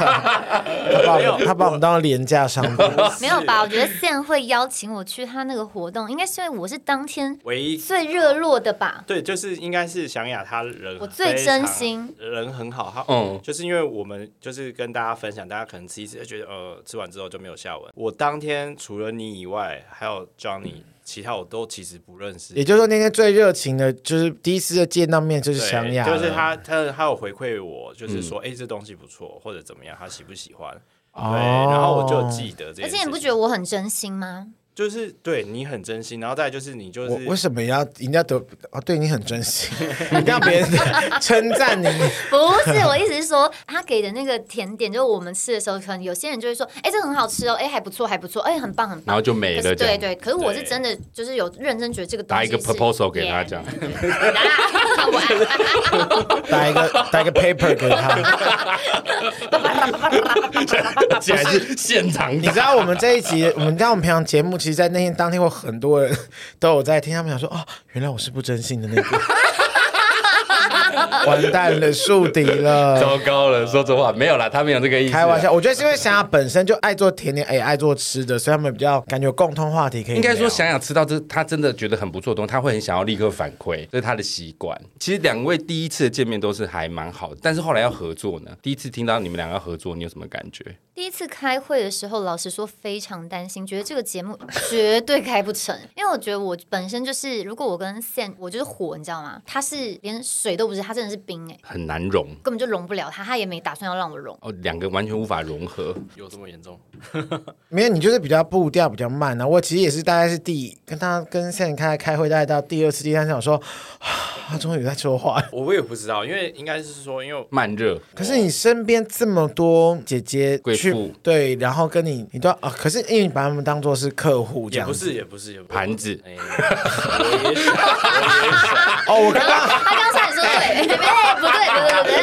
Speaker 2: 把我们他把我们当廉价商品。
Speaker 3: 没有吧？我觉得现会邀请我去他那个活动，应该是因为我是当天
Speaker 4: 唯一
Speaker 3: 最热络的吧。
Speaker 4: 对，就是应该是翔雅，她人
Speaker 3: 我最
Speaker 4: 非常
Speaker 3: 真心，
Speaker 4: 人很好。她
Speaker 1: 嗯
Speaker 4: 嗯，就是因为我们就是跟大家分享，大家可能吃一次就觉得呃吃完之后就没有下文。我当天除了你以外，还有 Johnny，其他我都其实不认识。
Speaker 2: 嗯也就是说，那天最热情的，就是第一次的见到面就是
Speaker 4: 对
Speaker 2: 翔雅了，嗯
Speaker 4: 就是他他他有回馈我，就是说哎、诶这东西不错，或者怎么样，他喜不喜欢？对，
Speaker 2: 哦
Speaker 4: 然后我就记得这件
Speaker 3: 而
Speaker 4: 事情。
Speaker 3: 且你不觉得我很真心吗？
Speaker 4: <laughs> 就是对你很真心，然后再来就是你就
Speaker 2: 我
Speaker 4: 是
Speaker 2: 为什么要人家得啊？对你很真心，一定要别人称赞你，
Speaker 3: 不是，我意思是说，他给的那个甜点，就是我们吃的时候，可能有些人就会说，哎、这个很好吃哦，哎、还不错，还不错，哎、很棒，很
Speaker 1: 然
Speaker 3: 棒。
Speaker 1: 后就没
Speaker 3: 可
Speaker 1: 了
Speaker 3: 是
Speaker 1: 这
Speaker 3: 对
Speaker 1: 样。
Speaker 3: 对，可是我是
Speaker 4: 对
Speaker 3: 真的就是有认真觉得这个东
Speaker 1: 打
Speaker 3: 西
Speaker 1: 一个
Speaker 3: 是
Speaker 1: proposal 给他
Speaker 3: Yeah
Speaker 1: 这样，
Speaker 2: 打一个打一个 paper 给他。
Speaker 1: <laughs> 竟然是现 <laughs> 场
Speaker 2: 你知道我们这一集，我们知道我们平常节目，其实，在那天当天，会很多人都有在听，他们想说，哦，原来我是不真心的那个， <laughs> 完蛋了，树敌了。
Speaker 1: 糟糕了，说真话没有啦，他没有这个意思。啊
Speaker 2: 开玩，笑，我觉得是因为翔雅本身就爱做甜点，哎，爱做吃的，所以他们比较感觉有共通话题可以聊。
Speaker 1: 应该说想想吃到这，他真的觉得很不错的东西，他会很想要立刻反馈，这是他的习惯。其实两位第一次的见面都是还蛮好的，但是后来要合作呢，第一次听到你们两个要合作，你有什么感觉？
Speaker 3: 第一次开会的时候，老实说非常担心，觉得这个节目绝对开不成，因为我觉得我本身就是，如果我跟 Sam，我就是火，你知道吗？他是连水都不是，他真的是冰哎、
Speaker 1: 很难融
Speaker 3: 根本就融不了他，他也没打算要让我融。
Speaker 1: 哦，两个完全无法融合。
Speaker 4: 有这么严重？
Speaker 2: 没有，你就是比较步调比较慢啊。我其实也是大概是第跟他跟现在开开会，大概到第二次、第三次，我说啊他终于在说话了。
Speaker 4: 我我也不知道，因为应该是说，因为
Speaker 1: 慢热，
Speaker 2: 可是你身边这么多姐姐
Speaker 1: 贵
Speaker 2: 去
Speaker 1: 妇
Speaker 2: 对，然后跟你你都要啊，可是因为你把他们当做是客户这
Speaker 4: 也
Speaker 2: 样
Speaker 4: 不
Speaker 2: 子。
Speaker 4: 是也不是也不是
Speaker 1: 盘子
Speaker 4: 哎我也想
Speaker 2: 哦，
Speaker 4: 我
Speaker 3: <laughs>
Speaker 2: 我刚刚
Speaker 3: 他刚才说对，哎、不对，不对，不对。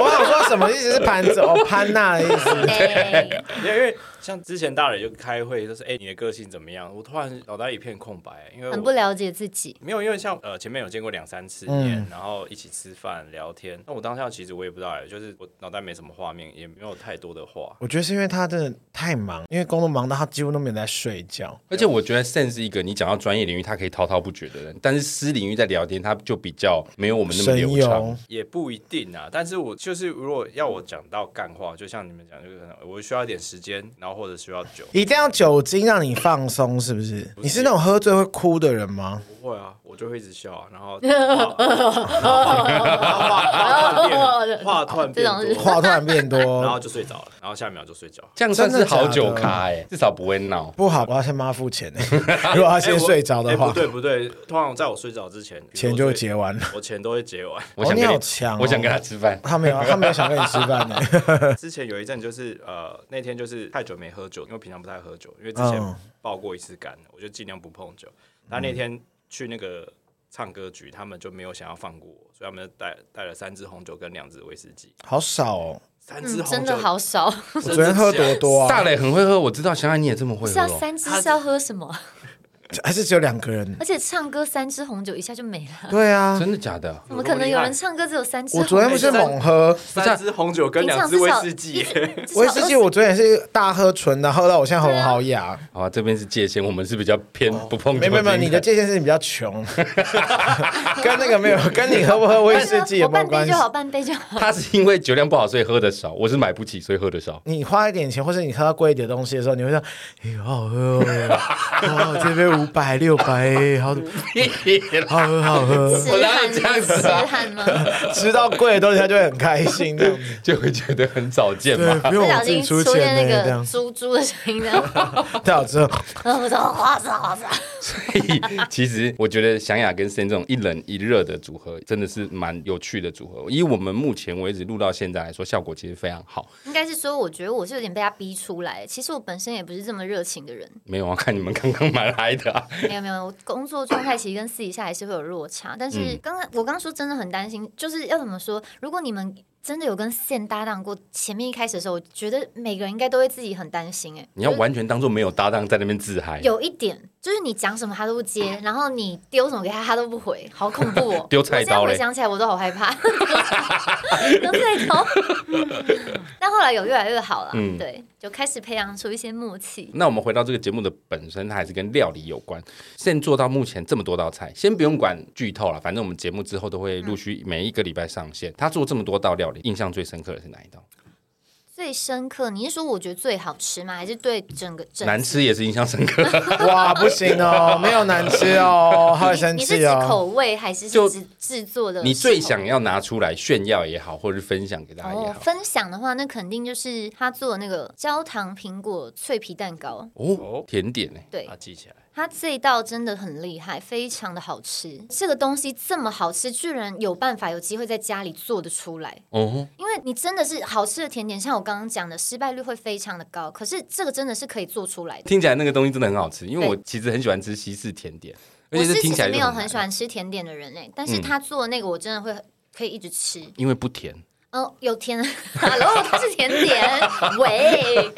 Speaker 2: 我想说什么意思是盘子哦，潘娜的意思。 <laughs>
Speaker 3: 哎
Speaker 4: <laughs> 也想，因为像之前大人就开会，就是哎、你的个性怎么样？我突然脑袋一片空白，因为
Speaker 3: 很
Speaker 4: 我
Speaker 3: 不了解自己。
Speaker 4: 没有，因为像呃前面有见过两三次面，然后一起吃饭聊天。那我当下其实我也不知道欸，就是我脑袋没什么画面，也没有太多的话。
Speaker 2: 我觉得是因为他真的太忙，因为工作忙到他几乎都没有在睡觉。
Speaker 1: 而且我觉得 Sen 是一个你讲到专业领域他可以滔滔不绝的人，但是私领域在聊天他就比较没有我们那么
Speaker 2: 神
Speaker 1: 流畅
Speaker 2: 游。，
Speaker 4: 也不一定啊，但是我就是如果要我讲到干话，就像你们讲，就是可能我需要一点时间，然后或者需要久，
Speaker 2: 一定要酒精让你放松，是不是？你是那种喝醉会哭的人吗？
Speaker 4: 不会啊，我就会一直笑啊，
Speaker 3: <laughs>
Speaker 4: 然后然后话话突然变
Speaker 2: 话
Speaker 4: 话突然变多，
Speaker 2: 突然变
Speaker 4: <laughs> 然后
Speaker 2: 多，
Speaker 4: 就睡着了，然后下一秒就睡着。
Speaker 1: 这样算是好酒
Speaker 2: 真的假的
Speaker 1: 咖哎、至少不会闹。
Speaker 2: 不好，我要先帮他付钱。 <laughs> 如果他
Speaker 4: 哎
Speaker 2: 先
Speaker 4: 我
Speaker 2: 睡着
Speaker 4: 哎
Speaker 2: 的话
Speaker 4: 不，对不对，通常在我睡着之前，比如
Speaker 2: 钱
Speaker 4: 我
Speaker 2: 就会
Speaker 4: 睡
Speaker 2: 结完了。
Speaker 4: 我钱都会结完。
Speaker 1: 我想跟
Speaker 2: 哦你
Speaker 1: 你，
Speaker 2: 好强哦
Speaker 1: 我想跟他吃饭。
Speaker 2: 他没有，他没有想跟你吃饭
Speaker 4: <laughs>
Speaker 2: 呢。
Speaker 4: 之前有一阵就是呃，那天就是太久没喝酒，因为平常不太喝酒，因为之前
Speaker 2: 嗯
Speaker 4: 爆过一次肝，我就尽量不碰酒。但那天去那个唱歌局，他们就没有想要放过我，所以他们就带带了三支红酒跟两支威士忌，
Speaker 2: 好少哦，
Speaker 4: 三支
Speaker 3: 嗯，
Speaker 4: 红酒、
Speaker 3: 真的好少，
Speaker 1: 哦
Speaker 2: 我昨天喝多多啊，
Speaker 1: 大磊很会喝，我知道，想想你也这么会
Speaker 3: 是
Speaker 1: 喝、
Speaker 3: 要
Speaker 1: 哦。
Speaker 3: 三支是要喝什么？
Speaker 2: 还是只有两个人？
Speaker 3: 而且唱歌三支红酒一下就没了，
Speaker 2: 对啊，
Speaker 1: 真的假的？
Speaker 3: 怎么可能有人唱歌只有三支？
Speaker 2: 我昨天不是猛喝
Speaker 4: 三支红酒跟
Speaker 3: 平
Speaker 4: 两
Speaker 3: 常
Speaker 4: 支
Speaker 3: 至
Speaker 4: 威
Speaker 3: 少
Speaker 4: 士
Speaker 2: <laughs>
Speaker 4: 忌
Speaker 3: 一
Speaker 4: 耶。
Speaker 3: 至少
Speaker 2: 威士忌，我昨天也是大喝纯的，喝到我现在喉咙好哑。
Speaker 1: 好、啊，这边是界限，我们是比较偏不碰酒
Speaker 2: 没
Speaker 1: 精
Speaker 2: 哦没没，啊你的界限是你比较 <laughs> 穷，跟那个没有，跟你喝不喝威士忌有
Speaker 3: 我
Speaker 2: 没有
Speaker 3: 半杯
Speaker 2: 关系
Speaker 3: 就？好，半杯就
Speaker 2: <laughs>
Speaker 3: 好。
Speaker 1: 他是因为酒量不好，所以喝的少。我是买不起，所以喝的
Speaker 2: <laughs>
Speaker 1: 少。
Speaker 2: 你花一点钱，或者你喝到贵一点的东西的时候，你会说：“哎呦，好喝哦，哇，这杯五百六百，好好喝好喝。
Speaker 3: 痴
Speaker 1: 我哪有
Speaker 3: 汉
Speaker 1: 这样
Speaker 3: 吗？
Speaker 1: 子
Speaker 3: 痴
Speaker 1: 啊
Speaker 2: <laughs>
Speaker 3: 汉吗？”
Speaker 2: 吃到贵的东西，他就会很开心这样子。
Speaker 1: 就会觉得很少见
Speaker 2: 对， <laughs>
Speaker 1: 嘛。
Speaker 2: 不用我
Speaker 3: 不小
Speaker 2: 自己
Speaker 3: 心
Speaker 2: 出
Speaker 3: 出
Speaker 2: 钱
Speaker 3: 现那
Speaker 2: 呢，这 <laughs>
Speaker 3: 个
Speaker 2: 样。
Speaker 3: 猪猪的声音，然后
Speaker 2: 最好之后，
Speaker 3: 我说花子花子，
Speaker 1: 所以 <laughs> 其实我觉得祥雅跟森这种一冷一热的组合，真的是蛮有趣的组合。以我们目前为止录到现在来说，效果其实非常好。
Speaker 3: 应该是说，我觉得我是有点被他逼出来。其实我本身也不是这么热情的人，
Speaker 1: 没有啊，看你们刚刚蛮嗨的、啊，
Speaker 3: 没有没有，我工作状态其实跟私底下还是会有落差。但
Speaker 2: 嗯
Speaker 3: 是刚刚我刚刚说真的很担心，就是要怎么说？如果你们真的有跟线搭档过，前面一开始的时候，我觉得每个人应该都会自己很担心、哎，
Speaker 1: 你要完全当做没有搭档在那边自嗨，
Speaker 3: 有一点就是你讲什么他都不接，然后你丢什么给他他都不回，好恐怖哦！
Speaker 1: 嗯 <laughs> 丢菜刀
Speaker 3: 我现在
Speaker 1: 嘞
Speaker 3: 回想起来我都好害怕， <laughs> 丢
Speaker 1: <laughs>
Speaker 3: 菜刀。但后来有越来越好了，
Speaker 1: 嗯
Speaker 3: 对，就开始培养出一些默契。
Speaker 1: 那我们回到这个节目的本身，它还是跟料理有关。现在做到目前这么多道菜，先不用管剧透了，反正我们节目之后都会陆
Speaker 3: 嗯
Speaker 1: 续每一个礼拜上线。他做这么多道料理，印象最深刻的是哪一道？
Speaker 3: 最深刻，你是说我觉得最好吃吗？还是对整个整
Speaker 1: 难吃也是印象深刻，
Speaker 2: 哇，不行哦，没有难吃 <laughs> 哦，他会生
Speaker 3: 你你是
Speaker 2: 气
Speaker 3: 指
Speaker 2: 哦。
Speaker 3: 口味还是
Speaker 1: 就是
Speaker 3: 指制作的时候？
Speaker 1: 你最想要拿出来炫耀也好，或者是分享给大家也
Speaker 3: 哦
Speaker 1: 好，。
Speaker 3: 分享的话，那肯定就是他做的那个焦糖苹果脆皮蛋糕。
Speaker 1: 哦，甜点呢、
Speaker 3: 对
Speaker 4: 啊，，记起来。
Speaker 3: 它这一道真的很厉害，非常的好吃。这个东西这么好吃，居然有办法有机会在家里做得出来。
Speaker 1: 哦，
Speaker 3: 因为你真的是好吃的甜点，像我刚刚讲的，失败率会非常的高。可是这个真的是可以做出来的。
Speaker 1: 听起来那个东西真的很好吃，因为
Speaker 3: 对
Speaker 1: 我其实很喜欢吃西式甜点，而
Speaker 3: 我
Speaker 1: 且
Speaker 3: 是
Speaker 1: 是听
Speaker 3: 其
Speaker 1: 起来
Speaker 3: 实
Speaker 1: 就
Speaker 3: 没有
Speaker 1: 难
Speaker 3: 很喜，欢吃甜点的人类，但是
Speaker 1: 嗯
Speaker 3: 他做的那个我真的会可以一直吃。
Speaker 1: 因为不甜。
Speaker 3: 哦，有甜，Hello，它 <laughs> 是甜点，喂，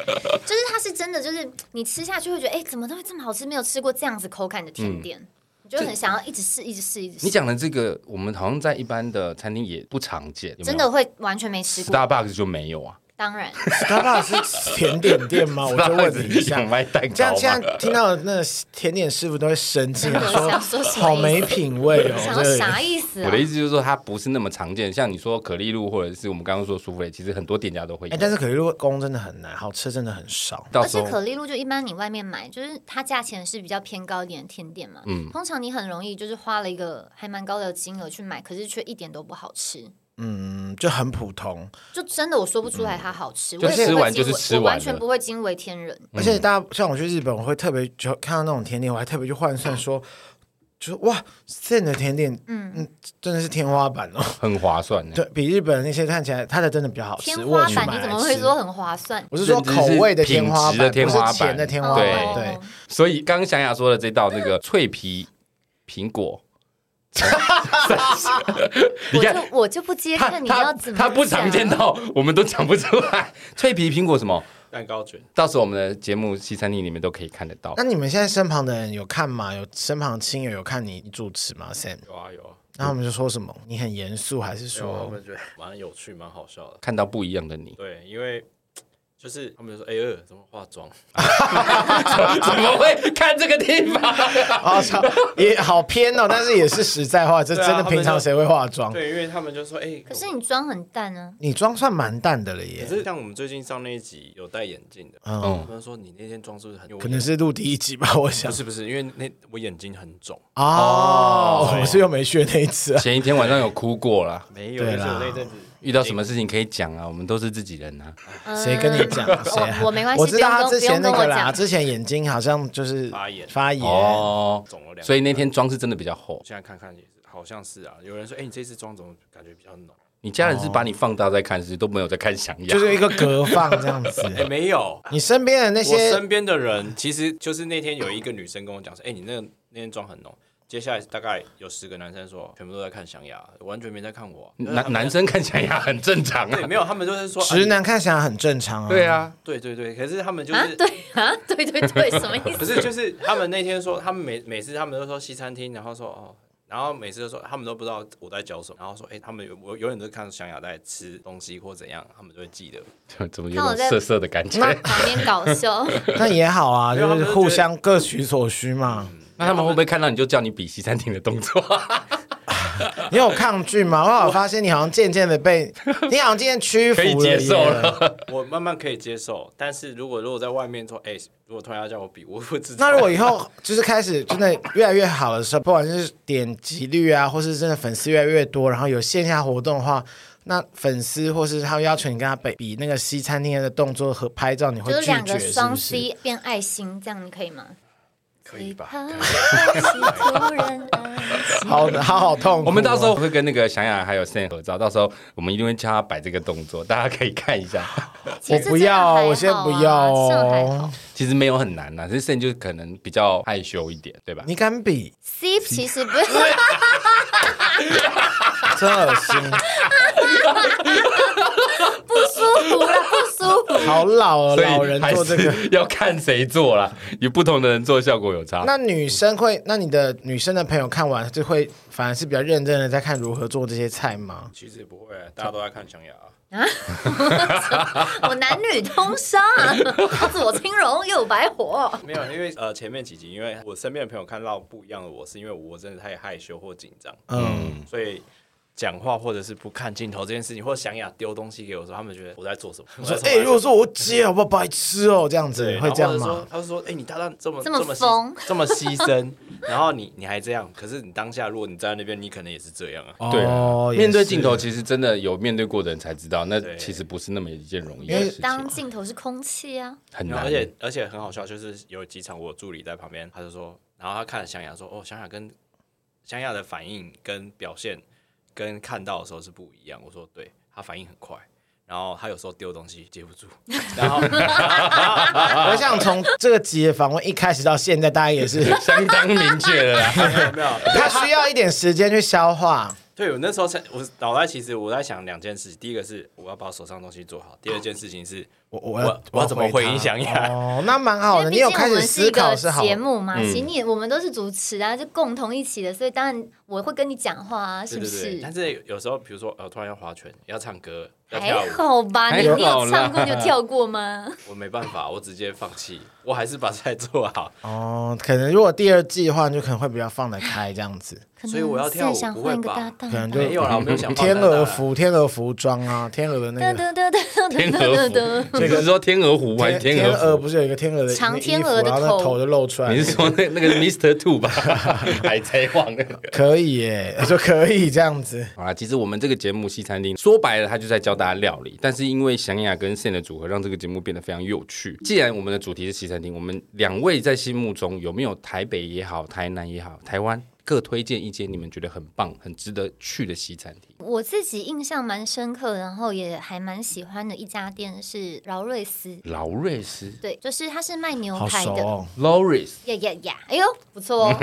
Speaker 3: 就是它是真的，就是你吃下去会觉得，哎、怎么都会这么好吃？没有吃过这样子口感的甜点，你就很想要一直试，一直试，一直
Speaker 1: 嗯你
Speaker 3: 试，
Speaker 1: 讲的这个，我们好像在一般的餐厅也不常见，有没有
Speaker 3: 真的会完全没吃过。
Speaker 1: Starbucks 就没有啊。<laughs>
Speaker 3: 当然，
Speaker 2: 他爸是甜点店吗？我就问你一下
Speaker 1: 想。卖蛋
Speaker 2: 这
Speaker 1: 糕
Speaker 2: 样
Speaker 1: 吗
Speaker 2: 这
Speaker 3: 啊
Speaker 2: 样听到那甜点师傅都会生气，
Speaker 3: 对
Speaker 2: 说
Speaker 3: 想说什么
Speaker 2: 好
Speaker 3: 意
Speaker 2: 没
Speaker 3: 思
Speaker 2: 品味
Speaker 3: 想
Speaker 2: 哦。这个
Speaker 3: 要
Speaker 2: 人
Speaker 3: 啥意思、啊？
Speaker 1: 我的意思就是说，它不是那么常见。像你说可丽露，或者是我们刚刚说苏芙蕾，其实很多店家都会有。
Speaker 2: 哎，但是可丽露工真的很难，好吃真的很少。
Speaker 1: 到
Speaker 3: 而
Speaker 1: 时
Speaker 3: 且
Speaker 1: 候
Speaker 3: 可丽露就一般你外面买，就是它价钱是比较偏高一点的甜点嘛。
Speaker 1: 嗯
Speaker 3: 通常你很容易就是花了一个还蛮高的金额去买，可是却一点都不好吃。
Speaker 2: 嗯，就很普通。
Speaker 3: 就真的我说不出来它好吃，
Speaker 1: 就
Speaker 3: 我也不
Speaker 1: 吃
Speaker 3: 会
Speaker 1: 完嗯
Speaker 3: 惊
Speaker 1: 就是
Speaker 3: 为
Speaker 1: 吃
Speaker 3: 我
Speaker 1: 完
Speaker 3: 完全
Speaker 1: 了
Speaker 3: 不会惊为天人。
Speaker 1: 嗯
Speaker 2: 而且大家像我去日本，我会特别就看到那种甜点，我还特别去换算说，就是哇，这的甜点，嗯嗯，真的是天花板哦。 <laughs>
Speaker 1: 很划算呢。
Speaker 2: 对比日本那些看起来，它的真的比较好吃。
Speaker 3: 天
Speaker 2: 我
Speaker 3: 花
Speaker 2: 有去
Speaker 3: 板
Speaker 2: 买
Speaker 3: 你怎
Speaker 2: 来
Speaker 3: 么会
Speaker 2: 吃
Speaker 3: 说？很划算？
Speaker 2: 我是说口味的天花
Speaker 1: 甚
Speaker 2: 板，
Speaker 1: 至是品质的天花板
Speaker 2: 不是钱的天花
Speaker 1: 对
Speaker 2: 板。对
Speaker 3: 哦，
Speaker 1: 所以刚刚小雅说的这道那个脆皮苹果，你看
Speaker 3: 我就我就不接
Speaker 1: 它
Speaker 3: 看你
Speaker 1: 它
Speaker 3: 要怎么
Speaker 1: 它不常见
Speaker 3: 讲
Speaker 1: 到，我们都讲不出来。脆皮苹果什么？
Speaker 4: 蛋糕卷，
Speaker 1: 到时候我们的节目西餐厅里面都可以看得到
Speaker 2: 那。你们现在身旁的人有看吗？有身旁的亲友有看你主持吗？Sam，
Speaker 4: 有啊有啊，
Speaker 2: 那他们就说什么？你很严肃，还是
Speaker 4: 有啊
Speaker 2: 说
Speaker 4: 他们觉得蛮有趣，蛮好笑的。
Speaker 1: 看到不一样的你， <laughs>
Speaker 4: 对，因为就是他们就说，哎、欸，怎么化妆？
Speaker 1: 怎么会看这个地方？
Speaker 2: 啊，操，也好偏哦，但 <laughs> 是也是实在话，这
Speaker 4: 对啊
Speaker 2: 真的平常谁会化妆？
Speaker 4: <laughs> 对，因为他们就说，哎、
Speaker 3: 可是你妆很淡啊，
Speaker 2: 你妆算蛮淡的了耶
Speaker 4: 可，是像我们最近上那一集有戴眼镜的，
Speaker 2: 嗯，
Speaker 4: 他们说你那天妆是不是很？
Speaker 2: 可能是录第一集吧，我想
Speaker 4: 不。是不是，因为那我眼睛很肿，
Speaker 2: 哦，我是又没去那一次啊。
Speaker 1: 前一天晚上有哭过啦，
Speaker 4: 没有，
Speaker 2: 对
Speaker 4: 就是
Speaker 2: 啦
Speaker 4: 我那阵子
Speaker 1: 遇到什么事情可以讲啊，我们都是自己人啊。
Speaker 3: 嗯
Speaker 2: 谁跟你
Speaker 3: <laughs>
Speaker 2: 讲？谁啊？
Speaker 3: 我我没关系，
Speaker 2: 我知道
Speaker 3: 不
Speaker 2: 他
Speaker 3: 用跟
Speaker 2: 之前那
Speaker 3: 不
Speaker 2: 个
Speaker 3: 用跟我
Speaker 2: 啦，
Speaker 3: 讲
Speaker 2: 之前眼睛好像就是
Speaker 4: 发炎
Speaker 2: 发炎。
Speaker 1: 哦，
Speaker 4: 肿了两，
Speaker 1: 所以那天妆是真的比较厚
Speaker 4: 我。现在看看也是，好像是啊。有人说，哎、你这次妆怎么感觉比较浓？
Speaker 1: 你家人是把你放大在看，是都没有在看翔阳，
Speaker 2: 就是一个隔放这样子。
Speaker 4: <laughs> 哎、没有，
Speaker 2: 你身边的那
Speaker 4: 我
Speaker 2: 些
Speaker 4: 身边的人其实就是那天有一个女生跟我讲说，哎、你那个那天妆很浓。接下来大概有十个男生说，全部都在看翔雅，完全没在看我。
Speaker 1: <laughs>
Speaker 4: 啊
Speaker 1: 男男生看翔阳很正常
Speaker 4: 对，
Speaker 1: 啊。
Speaker 4: 没有，他们就是说
Speaker 2: 直、
Speaker 4: 啊
Speaker 2: 男看起来很正常啊。
Speaker 1: 对，啊，
Speaker 4: 你对对对，可是他们就
Speaker 3: 啊
Speaker 4: 是，
Speaker 3: 对啊，对对
Speaker 4: <laughs>
Speaker 3: 对，什么意
Speaker 4: 不
Speaker 3: 思？
Speaker 4: 是，就是他们那天说，他们每每次他们都说西餐厅，然后说哦，然后每次都说他们都不知道我在教什么，然后说哎、他们有我永远都看小雅在吃东西或怎样，他们都会记得。
Speaker 1: <laughs> 怎么有种涩涩的感觉？
Speaker 3: <laughs> 旁边搞
Speaker 4: <laughs>
Speaker 3: 笑，
Speaker 1: <laughs>
Speaker 2: 那也好啊，
Speaker 4: 没有他
Speaker 2: 就
Speaker 4: 们
Speaker 2: 是
Speaker 4: 就
Speaker 2: 互相各取所需嘛。
Speaker 1: 那他们会不会看到你就叫你比西餐厅的动作？
Speaker 2: 你有抗拒吗？我好发现你好像渐渐
Speaker 1: <laughs>
Speaker 2: 的被，你好像渐渐屈服
Speaker 1: 可以接受
Speaker 2: 了耶。
Speaker 4: 我慢慢可以接受，但是如果如果在外面说哎、如果突然要叫我比，我不知
Speaker 2: <laughs>
Speaker 4: 道。
Speaker 2: 那如果以后就是开始真的越来越好的时候，不管是点击率啊，或是真的粉丝越来越多，然后有线下活动的话，那粉丝或是他要求你跟他比比那个西餐厅的动作和拍照，你会
Speaker 3: 就是
Speaker 2: 拒
Speaker 3: 两
Speaker 2: 绝
Speaker 3: 个
Speaker 2: 是不
Speaker 3: 双
Speaker 2: 是？
Speaker 3: C 变爱心，这样你可以吗？
Speaker 4: 可以吧？
Speaker 3: 怕爱情突然爱情
Speaker 2: 好的，好好痛苦哦。
Speaker 1: 我们到时候会跟那个翔阳还有 Sam 合照，到时候我们一定会叫他摆这个动作，大家可以看一下。
Speaker 2: 我不要哦，我
Speaker 3: 其
Speaker 2: 现
Speaker 3: 实这
Speaker 2: 在
Speaker 3: 样还好啊
Speaker 2: 不要
Speaker 3: 这样还
Speaker 2: 哦
Speaker 3: 好。
Speaker 1: 其实没有很难呐、只是 Sam 就可能比较害羞一点，对吧？
Speaker 2: 你敢比？
Speaker 3: C 其实不是， <laughs>
Speaker 2: 真
Speaker 1: <laughs>
Speaker 2: 恶心，
Speaker 3: 不舒服了，不舒服。
Speaker 2: 好 <laughs> 老哦，
Speaker 1: 所以
Speaker 2: 老人做这个
Speaker 1: 还。是要看谁做啦，有不同的人做效果有差。
Speaker 2: 那女生会，那你的女生的朋友看完就会，反而是比较认真的在看如何做这些菜吗？
Speaker 4: 其实也不会，大家都在看小雅、啊。
Speaker 3: 我男女通杀，啊左青龙右白虎，
Speaker 4: 没有，因为呃前面几集，因为我身边的朋友看到不一样的我，是因为我真的太害羞或紧张，
Speaker 2: 嗯，
Speaker 4: 所以讲话或者是不看镜头这件事情，或想雅丢东西给我的时候，他们觉得我在做什么。我
Speaker 2: 说
Speaker 4: 在
Speaker 2: 哎、
Speaker 4: 干嘛
Speaker 2: 如果说我接好不好，白痴哦，这样子
Speaker 4: 然
Speaker 2: 会
Speaker 4: 后
Speaker 2: 这样
Speaker 4: 或者
Speaker 2: 吗
Speaker 4: 说？他就说：“哎、你搭档这么
Speaker 3: 这么
Speaker 4: 牺
Speaker 3: 疯
Speaker 4: 这么牺牲，然后你你还这样，可是你当下如果你站在那边，你可能也是这样啊。
Speaker 1: 对啊、
Speaker 2: 哦也
Speaker 1: 面对
Speaker 2: 是
Speaker 1: 镜头，其实真的有面对过的人才知道，那
Speaker 4: 对
Speaker 1: 其实不是那么一件容易
Speaker 2: 因
Speaker 1: 的
Speaker 2: 为
Speaker 1: 事情，啊
Speaker 3: 当镜头是空气啊，
Speaker 1: 很
Speaker 4: 然
Speaker 1: 难。
Speaker 4: 后而
Speaker 1: <laughs>
Speaker 4: 且而且很好笑，就是有几场我助理在旁边，他就说，然后他看了翔雅说：哦，翔雅跟翔雅的反应跟表现跟看到的时候是不一样。我说对，他反应很快。”然后他有时候丢东西接不住，然后
Speaker 2: 我想从这个集的访问一开始到现在，大家也是，
Speaker 1: 相当明确的啦。
Speaker 4: 有没有？
Speaker 2: 他需要一点时间去消化。
Speaker 4: 对我那时候才，我脑袋其实我在想两件事，第一个是我要把手上的东西做好，第二件事情是
Speaker 2: 我我
Speaker 4: 我我要怎么
Speaker 2: 回
Speaker 4: 回
Speaker 2: 他
Speaker 4: 应翔雅
Speaker 2: 哦，那蛮好的，
Speaker 3: 因为
Speaker 2: 你
Speaker 3: 毕竟
Speaker 2: 有
Speaker 3: 我
Speaker 2: 开始
Speaker 3: 们是
Speaker 2: 思
Speaker 3: 一
Speaker 2: 考
Speaker 3: 个
Speaker 2: 是好的
Speaker 3: 节目嘛，其实你我们都是主持啊，就共同一起的，所以当然我会跟你讲话啊，是
Speaker 4: 对
Speaker 3: 不
Speaker 4: 对对，
Speaker 3: 是？
Speaker 4: 但是有时候，比如说呃，突然要划拳，要唱歌，要跳
Speaker 3: 还
Speaker 4: 舞，
Speaker 3: 好吧，你
Speaker 1: 还
Speaker 3: 你
Speaker 1: 好
Speaker 3: 有
Speaker 1: 啦
Speaker 3: 唱过你有跳过吗？
Speaker 4: 我没办法， <laughs> 我直接放弃，我还是把菜做
Speaker 1: <laughs>
Speaker 4: 好。
Speaker 2: 哦，可能如果第二季的话，你就可能会比较放得开这样子，
Speaker 3: 可
Speaker 4: 所以我要
Speaker 3: 能
Speaker 4: 跳
Speaker 3: 再
Speaker 4: 舞
Speaker 3: 想
Speaker 4: 不会
Speaker 3: 换一个
Speaker 4: 吧
Speaker 3: 搭档
Speaker 2: 可能
Speaker 3: 吧
Speaker 2: 就
Speaker 4: 没有啦，我没有想放
Speaker 2: 天
Speaker 4: 在那
Speaker 2: 鹅
Speaker 4: 啦，
Speaker 2: 服、天鹅服装啊，天鹅的那
Speaker 3: 噔
Speaker 2: 个
Speaker 3: 噔噔噔
Speaker 1: 天
Speaker 3: 噔
Speaker 1: 鹅
Speaker 3: 噔
Speaker 1: 湖
Speaker 3: 噔，，
Speaker 1: 你是说天鹅湖还是
Speaker 2: 天
Speaker 1: 鹅
Speaker 2: 鹅
Speaker 1: 湖？
Speaker 2: 不是有一个天鹅的
Speaker 3: 长
Speaker 2: 那个
Speaker 3: 天
Speaker 2: 衣服
Speaker 3: 鹅的
Speaker 2: 然后那
Speaker 3: 头
Speaker 2: 头就露出来，
Speaker 1: 你是说那那个 Mr. Two 吧， <laughs> 海贼王那 <laughs> 个？
Speaker 2: 可以耶，我说可以这样子。
Speaker 1: 好啦，其实我们这个节目《西餐厅》说白了，它就在教大家料理，但是因为翔雅跟 Sen 的组合，让这个节目变得非常有趣。既然我们的主题是西餐厅，我们两位在心目中有没有台北也好、台南也好、台湾各推荐一间你们觉得很棒、很值得去的西餐厅？
Speaker 3: 我自己印象蛮深刻，然后也还蛮喜欢的一家店是劳瑞斯，
Speaker 1: 劳瑞斯
Speaker 3: 对，就是它是卖牛
Speaker 2: 好
Speaker 3: 排
Speaker 2: 熟
Speaker 3: 的。
Speaker 2: 哦，
Speaker 1: ，Loris，
Speaker 3: 呀呀呀！哎呦，
Speaker 1: <laughs>
Speaker 3: 不错哦。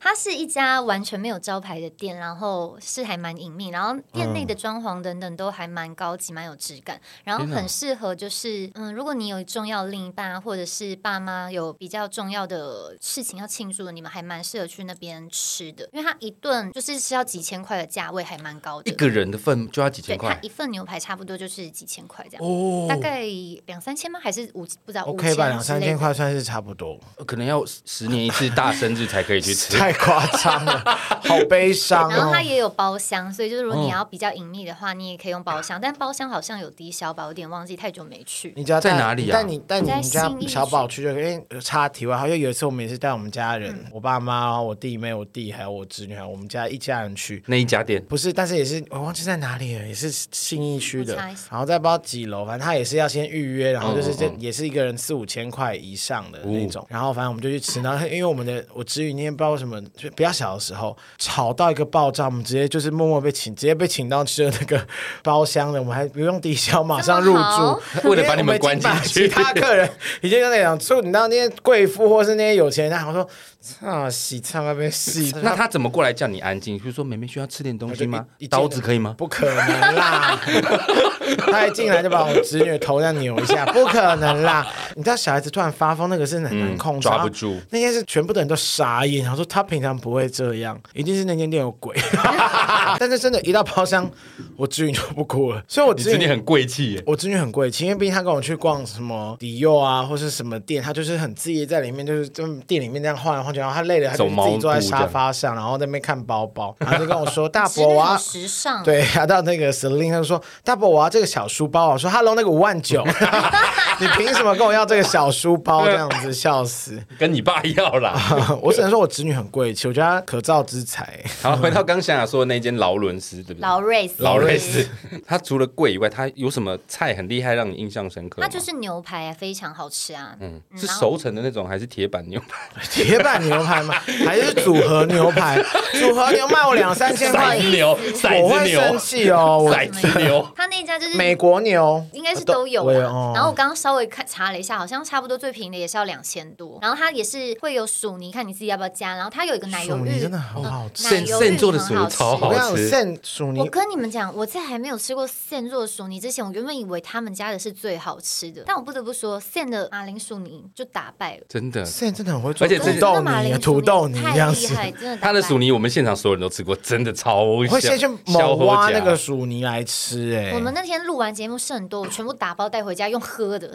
Speaker 3: 它是一家完全没有招牌的店，然后是还蛮隐秘，然后店内的装潢等等都还蛮高级、蛮有质感，然
Speaker 1: 嗯
Speaker 3: 后
Speaker 1: 天哪
Speaker 3: 很适合就是嗯，如果你有重要另一半啊或者是爸妈有比较重要的事情要庆祝，你们还蛮适合去那边吃的，因为它一顿就是是要几千块的价位，还蛮高
Speaker 1: 一
Speaker 3: 的。
Speaker 1: 个人的份就要几
Speaker 3: 对，
Speaker 1: 千
Speaker 3: 它
Speaker 1: 块
Speaker 3: 一份牛排差不多就是几千块这样，
Speaker 1: 哦
Speaker 3: 大概两三千吗？还是五不知道五
Speaker 2: OK 吧，两
Speaker 3: 之
Speaker 2: 三
Speaker 3: 类
Speaker 2: 千
Speaker 3: 的
Speaker 2: 块算是差不多，
Speaker 1: 可能要十年一次大生日才可以去 <laughs> 吃。
Speaker 2: 太夸张了， <laughs> 好悲伤
Speaker 3: 然后
Speaker 2: 哦
Speaker 3: 它。也有包厢，所以就是如
Speaker 1: 哦
Speaker 3: 果你要比较隐秘的话，你也可以用包厢，但包厢好像有低消吧，我有点忘记，太久没去。
Speaker 2: 你只要带
Speaker 1: 在哪里啊
Speaker 2: 带你带你
Speaker 3: 在
Speaker 2: 你家
Speaker 3: 信义
Speaker 2: 小宝去就可以。因为插题外话，因为有一次我们也是带我们家人，
Speaker 3: 嗯
Speaker 2: 我爸妈、然后我弟妹、我弟还有我侄女，还有我们家一家人去。
Speaker 1: 那一家店
Speaker 2: 不是，但是也是我忘记在哪里了，也是信义区的
Speaker 3: 我查一下，
Speaker 2: 然后再不知道几楼，反正他也是要先预约，然后就是这
Speaker 1: 嗯嗯哦
Speaker 2: 也是一个人四五千块以上的那种，然后反正我们就去吃，然后因为我们的我侄女那天不知道为什么，就比较小的时候吵到一个爆炸，我们直接就是默默被请，直接被请到吃的那个包厢了，我们还不用抵消，马上入
Speaker 3: 这么 <laughs> 好
Speaker 2: 住，
Speaker 1: 为了把你们关进去
Speaker 2: 因为我们已经把其他客人已经跟那讲， <laughs> 所以你知道那些贵妇或是那些有钱人，他好像说唱洗唱那边
Speaker 3: <laughs>
Speaker 2: 洗，
Speaker 1: 那他怎么过来叫你安静？就是说妹妹需要吃点东西
Speaker 4: <laughs>
Speaker 1: 吗
Speaker 2: 一一？见
Speaker 1: 刀子可以吗？
Speaker 2: 不可能
Speaker 1: <laughs>
Speaker 2: 啦！他一进来就把我侄女头这样扭一下，不可能啦！你知道小孩子突然发疯，那个是很难控制，
Speaker 1: 嗯抓不住。
Speaker 2: 那天是全部的人都傻眼，然后说他平常不会这样，一定是那间店有鬼。 <laughs> 但是真的，一到包厢，我侄女就不哭了。所以我
Speaker 1: 你
Speaker 2: 侄
Speaker 1: 今
Speaker 2: 女
Speaker 1: 天很贵气耶，
Speaker 2: 我侄女很贵气，因为毕竟她跟我去逛什么迪奥啊，或是什么店，她就是很自己在里面，就是这么店里面这样晃来晃去，然后她累了，她就
Speaker 1: 走猫
Speaker 2: 自己坐在
Speaker 1: 步这
Speaker 2: 沙
Speaker 1: 样
Speaker 2: 发上，然后在那边看包包，然后就跟我说：“大
Speaker 3: 侄女
Speaker 2: 伯，我
Speaker 1: 啊
Speaker 3: 好
Speaker 2: 要
Speaker 3: 时尚，，
Speaker 2: 对，还到那个 Celine，他就说：“大伯，我要这个小书包。”我说：“Hello，那个五万
Speaker 3: <laughs>
Speaker 2: 九，你凭什么跟我要这个小书包？”这样子
Speaker 1: <laughs>
Speaker 2: 笑死。
Speaker 1: 跟你爸要啦。
Speaker 2: 我只能说我侄女很贵气，我觉得她可造之材。
Speaker 1: <laughs> 好，回到刚想雅说的那间劳伦斯，对不对？
Speaker 3: 劳瑞斯，
Speaker 1: 劳瑞 <laughs> 斯，，它除了贵以外，它有什么菜很厉害让你印象深刻吗？
Speaker 3: 它就是牛排啊，非常好吃啊。嗯，
Speaker 1: 是
Speaker 3: 然后
Speaker 1: 熟成的那种还是铁板牛排？
Speaker 2: 铁板牛排吗？还是组合牛排？组合牛卖我两三千
Speaker 1: <laughs>
Speaker 2: 块，
Speaker 1: 骰子牛，
Speaker 2: 我
Speaker 1: 骰子
Speaker 2: 会
Speaker 1: 牛，
Speaker 2: 生
Speaker 1: <laughs>
Speaker 2: 气哦。我
Speaker 1: 骰子牛，
Speaker 3: 它那家就是
Speaker 2: 美国牛
Speaker 3: 应该是都有
Speaker 2: 我也
Speaker 3: 啊
Speaker 2: 哦。
Speaker 3: 然后我刚刚稍微看查了一下，好像差不多最便宜的也是要两千多。然后它也是会有薯泥，看你自己要不要加。然后它有一个奶油
Speaker 2: 薯
Speaker 3: 浴，嗯
Speaker 2: 泥真的好好吃。
Speaker 3: 奶油浴
Speaker 1: 现做的
Speaker 3: 很
Speaker 1: 薯泥超
Speaker 3: 吃
Speaker 2: 我
Speaker 1: 好
Speaker 2: 想
Speaker 1: 吃
Speaker 2: 现薯
Speaker 3: 我
Speaker 2: 泥，
Speaker 3: 跟你们讲，我在还没有吃过现做的薯泥之前，我原本以为他们家的是最好吃的，但我不得不说，现的马铃薯泥就打败了。
Speaker 1: <laughs> 真 <laughs> 的。
Speaker 2: 现真的很会做
Speaker 1: 而且这
Speaker 3: 真
Speaker 2: 土
Speaker 3: 的
Speaker 1: 是
Speaker 2: 豆
Speaker 3: 马
Speaker 2: 泥、啊
Speaker 3: 铃薯
Speaker 2: 土豆泥
Speaker 3: 太
Speaker 2: 这样
Speaker 3: 厉
Speaker 2: 子。
Speaker 3: 害，真的打败。
Speaker 1: 它的薯泥，我们现场所有人都吃过，真的超香
Speaker 2: 会先去
Speaker 1: 消
Speaker 2: 某
Speaker 1: 火
Speaker 2: 挖
Speaker 1: 甲
Speaker 2: 那个薯泥来吃、欸，哎，
Speaker 3: 我们那天录完节目剩很多，我全部打包带回家用
Speaker 2: <laughs>
Speaker 3: 喝的，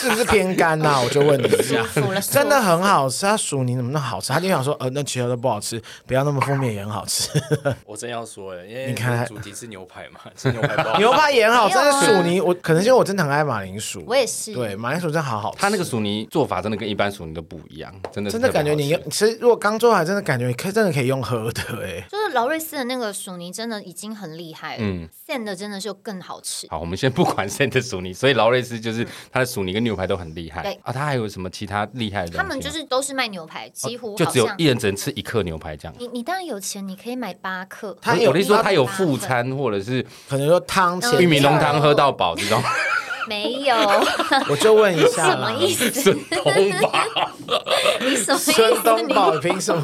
Speaker 2: 是不是偏
Speaker 1: <laughs>
Speaker 2: 干呐、我就问你一
Speaker 3: 舒
Speaker 2: 下。
Speaker 3: 服了，
Speaker 2: 真的很好吃，它薯泥怎么那么好吃？他就想说，呃，那其他都不好吃，不要那么负面，也很好
Speaker 1: <laughs>
Speaker 2: 吃。
Speaker 4: 我真要说欸了，因为
Speaker 2: 你看他。
Speaker 4: 主题是牛排嘛，是牛排
Speaker 1: <laughs>
Speaker 4: 包
Speaker 2: 牛排也很好吃，
Speaker 3: 没有啊
Speaker 2: 但是薯泥我可能是因为我真的很爱马铃薯，
Speaker 3: 我也是
Speaker 2: 对，马铃薯真的好好吃。
Speaker 1: 它那个薯泥做法真的跟一般薯泥都不一样，真的是
Speaker 2: 真的
Speaker 1: 特别
Speaker 2: 感觉
Speaker 1: 好
Speaker 2: 你
Speaker 1: 吃
Speaker 2: 用，其实如果刚做完，真的感觉你可以真的可以用喝的、哎，
Speaker 3: 就是劳瑞斯的那个薯泥真的已经很厉害了，
Speaker 1: 嗯
Speaker 3: 现的真的就更好吃。
Speaker 1: 好，我们先不管现的薯泥，所以劳瑞斯就是它的薯泥跟牛排都很厉害
Speaker 3: 对
Speaker 1: 啊。它还有什么其他厉害的东西吗？
Speaker 3: 他们就是都是卖牛排，几乎
Speaker 1: 哦就
Speaker 3: 好
Speaker 1: 只有
Speaker 3: 像
Speaker 1: 一人只能吃一克牛排这样。
Speaker 3: 你你当然有钱，你可以买八克。
Speaker 2: 他
Speaker 1: 我的意思说，
Speaker 3: 他
Speaker 1: 它有副餐或者是
Speaker 2: 可能说汤
Speaker 3: 嗯
Speaker 2: 前
Speaker 1: 玉米浓汤喝到饱这种，
Speaker 3: <laughs> 没
Speaker 2: <laughs>
Speaker 3: 有？
Speaker 2: 我就问一下
Speaker 3: <laughs> 什
Speaker 2: 啦
Speaker 3: 么，
Speaker 2: <laughs>
Speaker 3: 意思？
Speaker 1: 顺通吧。
Speaker 3: 你什么意思？
Speaker 2: 孙东
Speaker 3: 你
Speaker 2: 宝凭
Speaker 3: <laughs>
Speaker 2: 什么？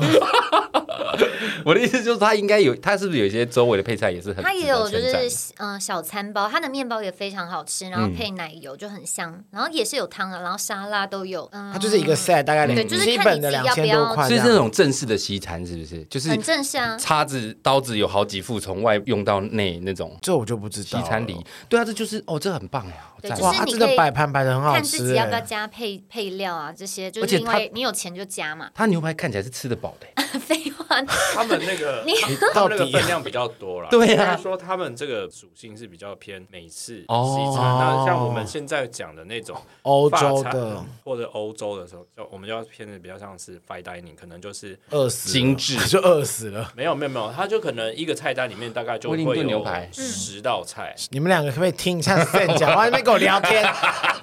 Speaker 1: 我的意思就是，它应该有，它是不是有一些周围的配菜也是很
Speaker 3: 它
Speaker 1: 值
Speaker 3: 也
Speaker 1: 得
Speaker 3: 有就
Speaker 1: 称赞的
Speaker 3: 是嗯、呃小餐包，它的面包也非常好吃，然后配奶油就很香，然后也是有汤啊，然后沙拉都有，嗯，
Speaker 2: 它就是一个 set，大概
Speaker 3: 对
Speaker 2: 两
Speaker 3: 就是
Speaker 2: 基
Speaker 3: 看
Speaker 2: 本
Speaker 3: 你
Speaker 2: 的
Speaker 3: 自己
Speaker 2: 两
Speaker 3: 要不
Speaker 2: 千
Speaker 3: 要
Speaker 2: 多块这
Speaker 1: 是
Speaker 2: 样，
Speaker 1: 那种正式的西餐，是不是？就是
Speaker 3: 很正式啊。
Speaker 1: 叉子、刀子有好几副，从外用到内那种
Speaker 2: 这我就不知道
Speaker 1: 西
Speaker 2: 了。
Speaker 1: 餐礼仪。对啊，这就是哦，这很棒哎，好
Speaker 3: 对
Speaker 1: 赞
Speaker 3: 就
Speaker 2: 哇，
Speaker 3: 是
Speaker 2: 它
Speaker 3: 你
Speaker 2: 真
Speaker 3: 可
Speaker 2: 的
Speaker 3: 以
Speaker 2: 摆盘摆的很好
Speaker 3: 看自
Speaker 2: 吃、
Speaker 3: 己要不要
Speaker 2: 哎。
Speaker 3: 加配配料啊，这些就
Speaker 1: 而且
Speaker 3: 是因
Speaker 1: 它
Speaker 3: 为你有钱就加嘛。 <laughs>
Speaker 1: 它牛排看起来是吃得饱的
Speaker 3: 啊
Speaker 1: 欸，
Speaker 3: 废话，
Speaker 4: 他们
Speaker 1: <laughs>
Speaker 4: 那个
Speaker 3: 你
Speaker 4: 他们那个分量比较多啦。
Speaker 1: 啊对啊
Speaker 4: 应该说他们这个属性是比较偏美式西餐。
Speaker 1: 哦
Speaker 4: 那像我们现在讲的那种
Speaker 2: 欧
Speaker 4: 法
Speaker 2: 洲
Speaker 4: 餐
Speaker 2: 的
Speaker 4: 或者欧洲的时候，就我们就要偏的比较像是 fine dining，可能就是
Speaker 2: 饿死了
Speaker 1: 精致
Speaker 2: <laughs>
Speaker 3: 啊
Speaker 2: 就饿死了。
Speaker 4: 没有没有没有，它就可能一个菜单里面大概就
Speaker 1: 威
Speaker 4: 会
Speaker 1: 灵顿
Speaker 4: 有
Speaker 1: 牛排
Speaker 3: 嗯
Speaker 1: 嗯
Speaker 4: 十道菜。
Speaker 2: 你们两个可不可以听一下 Sam 讲话，在那边跟我聊
Speaker 3: <laughs>
Speaker 2: 天？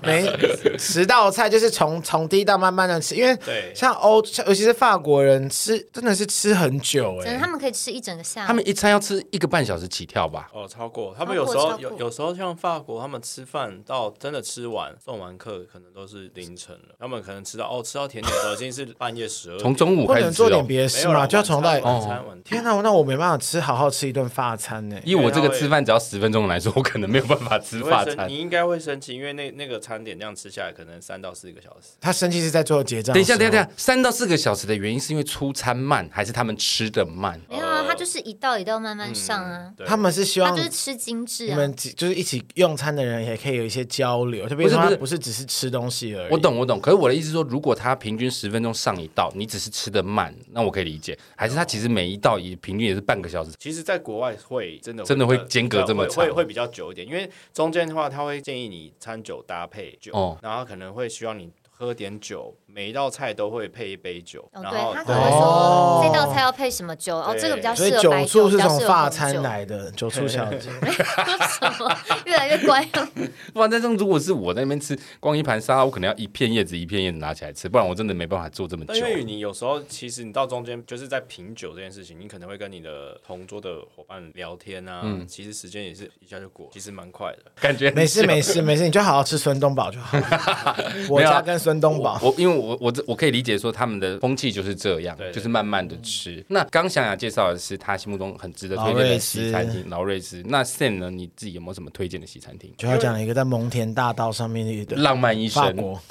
Speaker 2: 没十道菜就是从从第一道慢慢的吃，因为
Speaker 4: 对
Speaker 2: 像欧，像尤其是法国人吃，真的是吃很久
Speaker 3: 真
Speaker 2: 哎、
Speaker 3: 的，他们可以吃一整个下午。
Speaker 2: 哦
Speaker 1: 他们一餐要吃一个半小时起跳吧？
Speaker 4: 哦，超过他们
Speaker 3: 超
Speaker 4: 有
Speaker 3: 过
Speaker 4: 时候
Speaker 3: 超
Speaker 4: 有
Speaker 3: 过
Speaker 4: 有时候像法国，他们吃饭到真的吃完送完课，可能都是凌晨了。他们可能吃到哦，吃到甜点的时候已经是半夜十二点。
Speaker 1: 从中午
Speaker 2: 不
Speaker 1: 开始
Speaker 2: 能
Speaker 1: 吃
Speaker 2: 做点
Speaker 1: 哦。
Speaker 2: 别的
Speaker 4: 没
Speaker 2: 事
Speaker 4: 有
Speaker 2: 吗？
Speaker 4: 啦
Speaker 2: 就要从到
Speaker 4: 晚
Speaker 1: 哦
Speaker 4: 餐晚餐晚
Speaker 2: 天
Speaker 4: 点。
Speaker 2: 哪、那我没办法吃好好吃一顿法餐欸呢、
Speaker 1: 以我这个
Speaker 4: 对啊
Speaker 1: 吃饭只要十分钟来说，我可能没有办法吃
Speaker 4: 你
Speaker 1: 法
Speaker 4: 会生，
Speaker 1: 餐
Speaker 4: 你。应该会生气，因为那那个餐点这样吃下来，可能三到四个小时。
Speaker 2: 他生气是在最后结账。
Speaker 1: 等一下，等一下，等一下，三到四个小时的原因是因为出餐慢，还是他们吃的慢？
Speaker 3: 没有啊，他就是一道一道慢慢上啊，
Speaker 4: 对
Speaker 2: 他们是希
Speaker 3: 他
Speaker 2: 望
Speaker 3: 就是吃精致
Speaker 2: 你
Speaker 3: 啊。
Speaker 2: 们几就是一起用餐的人也可以有一些交流，就比如说
Speaker 1: 不是不是
Speaker 2: 他不是只是吃东西而已。
Speaker 1: 我，懂，我懂。可是我的意思是说，如果他平均十分钟上一道，你只是吃的慢，那我可以理解。还是他其实每一道也平均也是半个小时？
Speaker 4: 其实，在国外会真的
Speaker 1: 真的会
Speaker 4: 比较
Speaker 1: 间隔这么长
Speaker 4: 会会会比较久一点，因为中间的话，他会建议你餐酒搭配酒，
Speaker 1: 哦
Speaker 4: 然后可能会需要你喝点酒，每一道菜都会配一杯酒，
Speaker 3: 哦，
Speaker 4: 然
Speaker 3: 对
Speaker 4: 后
Speaker 3: 他可能会
Speaker 4: 对
Speaker 3: 说、
Speaker 2: 哦
Speaker 3: 这道菜要配什么酒，哦，
Speaker 4: 对
Speaker 3: 这个比较
Speaker 2: 所以
Speaker 3: 适合白
Speaker 2: 酒醋
Speaker 3: 酒，
Speaker 2: 是
Speaker 3: 比较
Speaker 2: 从
Speaker 3: 适合
Speaker 2: 法
Speaker 3: 红
Speaker 2: 餐
Speaker 3: 酒。
Speaker 2: 来的，酒醋小姐。
Speaker 3: 什么 <laughs> 越来越乖了？
Speaker 1: 哇，那这样如果是我在那边吃，光一盘沙拉，我可能要一片叶子一片叶子拿起来吃，不然我真的没办法做这么久
Speaker 4: 但因。为你有时候其实你到中间就是在品酒这件事情，你可能会跟你的同桌的伙伴聊天啊，
Speaker 1: 嗯
Speaker 4: 其实时间也是一下就过，其实蛮快的。
Speaker 1: 感觉很
Speaker 2: 没事
Speaker 1: 久
Speaker 2: 没事没事，你就好好吃孙东宝就好了。
Speaker 1: <laughs>
Speaker 2: 我
Speaker 1: 没有啊
Speaker 2: 家跟孙东宝，
Speaker 1: 我因为我我这我可以理解说他们的风气就是这样，
Speaker 4: 对对
Speaker 1: 就是慢慢的吃。那刚想雅介绍的是他心目中很值得推
Speaker 2: 劳
Speaker 1: 荐
Speaker 2: 瑞
Speaker 1: 的
Speaker 2: 斯
Speaker 1: 西餐厅劳瑞斯。那 Sam 呢？你自己有没有什么推荐的西餐厅？
Speaker 2: 就要讲一个在蒙田大道上面的
Speaker 1: 浪漫医
Speaker 2: 法
Speaker 1: 生， <laughs>
Speaker 2: 国，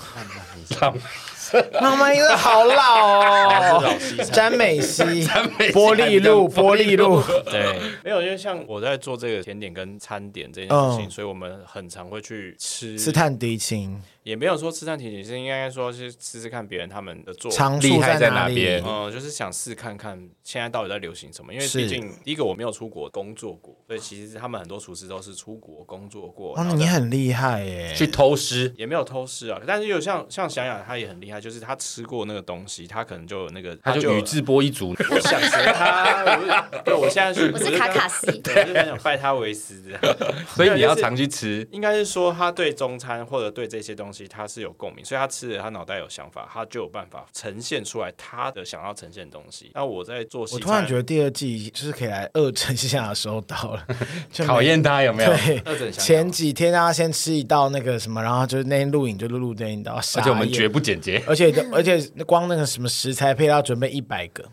Speaker 1: 浪
Speaker 2: 浪漫医生好老哦，
Speaker 4: 老西餐
Speaker 2: 詹美西、
Speaker 1: <laughs> 美西
Speaker 2: 玻璃路、玻璃路，
Speaker 4: <laughs> 对，没有，因为像我在做这个甜点跟餐点这件事情，
Speaker 2: 嗯
Speaker 4: 所以我们很常会去吃，
Speaker 2: 斯坦迪琴，
Speaker 4: 也没有说吃探甜点，是应该说是吃吃看别人他们的做法
Speaker 2: 长处
Speaker 1: 厉害在
Speaker 2: 哪
Speaker 1: 哪
Speaker 2: 里哦
Speaker 1: 边？
Speaker 4: 嗯，就是想试看看现在到底在流行什么，因为
Speaker 2: 是
Speaker 4: 毕竟第一个我没有出国工作过，所以其实他们很多厨师都是出国工作
Speaker 1: 哦
Speaker 4: 过，
Speaker 2: 哇，
Speaker 4: 然后
Speaker 2: 哦你
Speaker 4: 在
Speaker 2: 很厉害
Speaker 1: <laughs>
Speaker 2: 耶！
Speaker 1: 去偷师。
Speaker 4: 也没有偷师啊，但是有像像想想他也很厉害，就是他吃过那个东西，他可能就有那个，
Speaker 1: 他就宇
Speaker 4: 有
Speaker 1: 智波一
Speaker 4: <laughs>
Speaker 1: 族，
Speaker 4: 我想学他，我是对我现在是
Speaker 3: 我是卡卡，西，
Speaker 4: 我是很想拜他为师这样。
Speaker 1: 所以你要
Speaker 4: 就是
Speaker 1: 常去吃。
Speaker 4: 应该是说他对中餐或者对这些东西他是有共鸣，所以他吃了他脑袋有想法，他就有办法呈现出来他的想要呈现的东西。那我在做西
Speaker 2: 我
Speaker 4: 餐，
Speaker 2: 突然觉得第二季就是可以来二整下的时候到
Speaker 1: <laughs>
Speaker 2: 了，就每
Speaker 1: 考验他有没有？
Speaker 2: 对
Speaker 4: 二整。想
Speaker 2: 前几天大家先吃一道那个什么，然后就是那天录影就录录那一道，
Speaker 1: 而
Speaker 2: 而
Speaker 1: 且我们绝不简
Speaker 2: <laughs>
Speaker 1: 洁，
Speaker 2: 而且而且光那个什么食材配料准备一百
Speaker 1: <laughs>
Speaker 2: 个，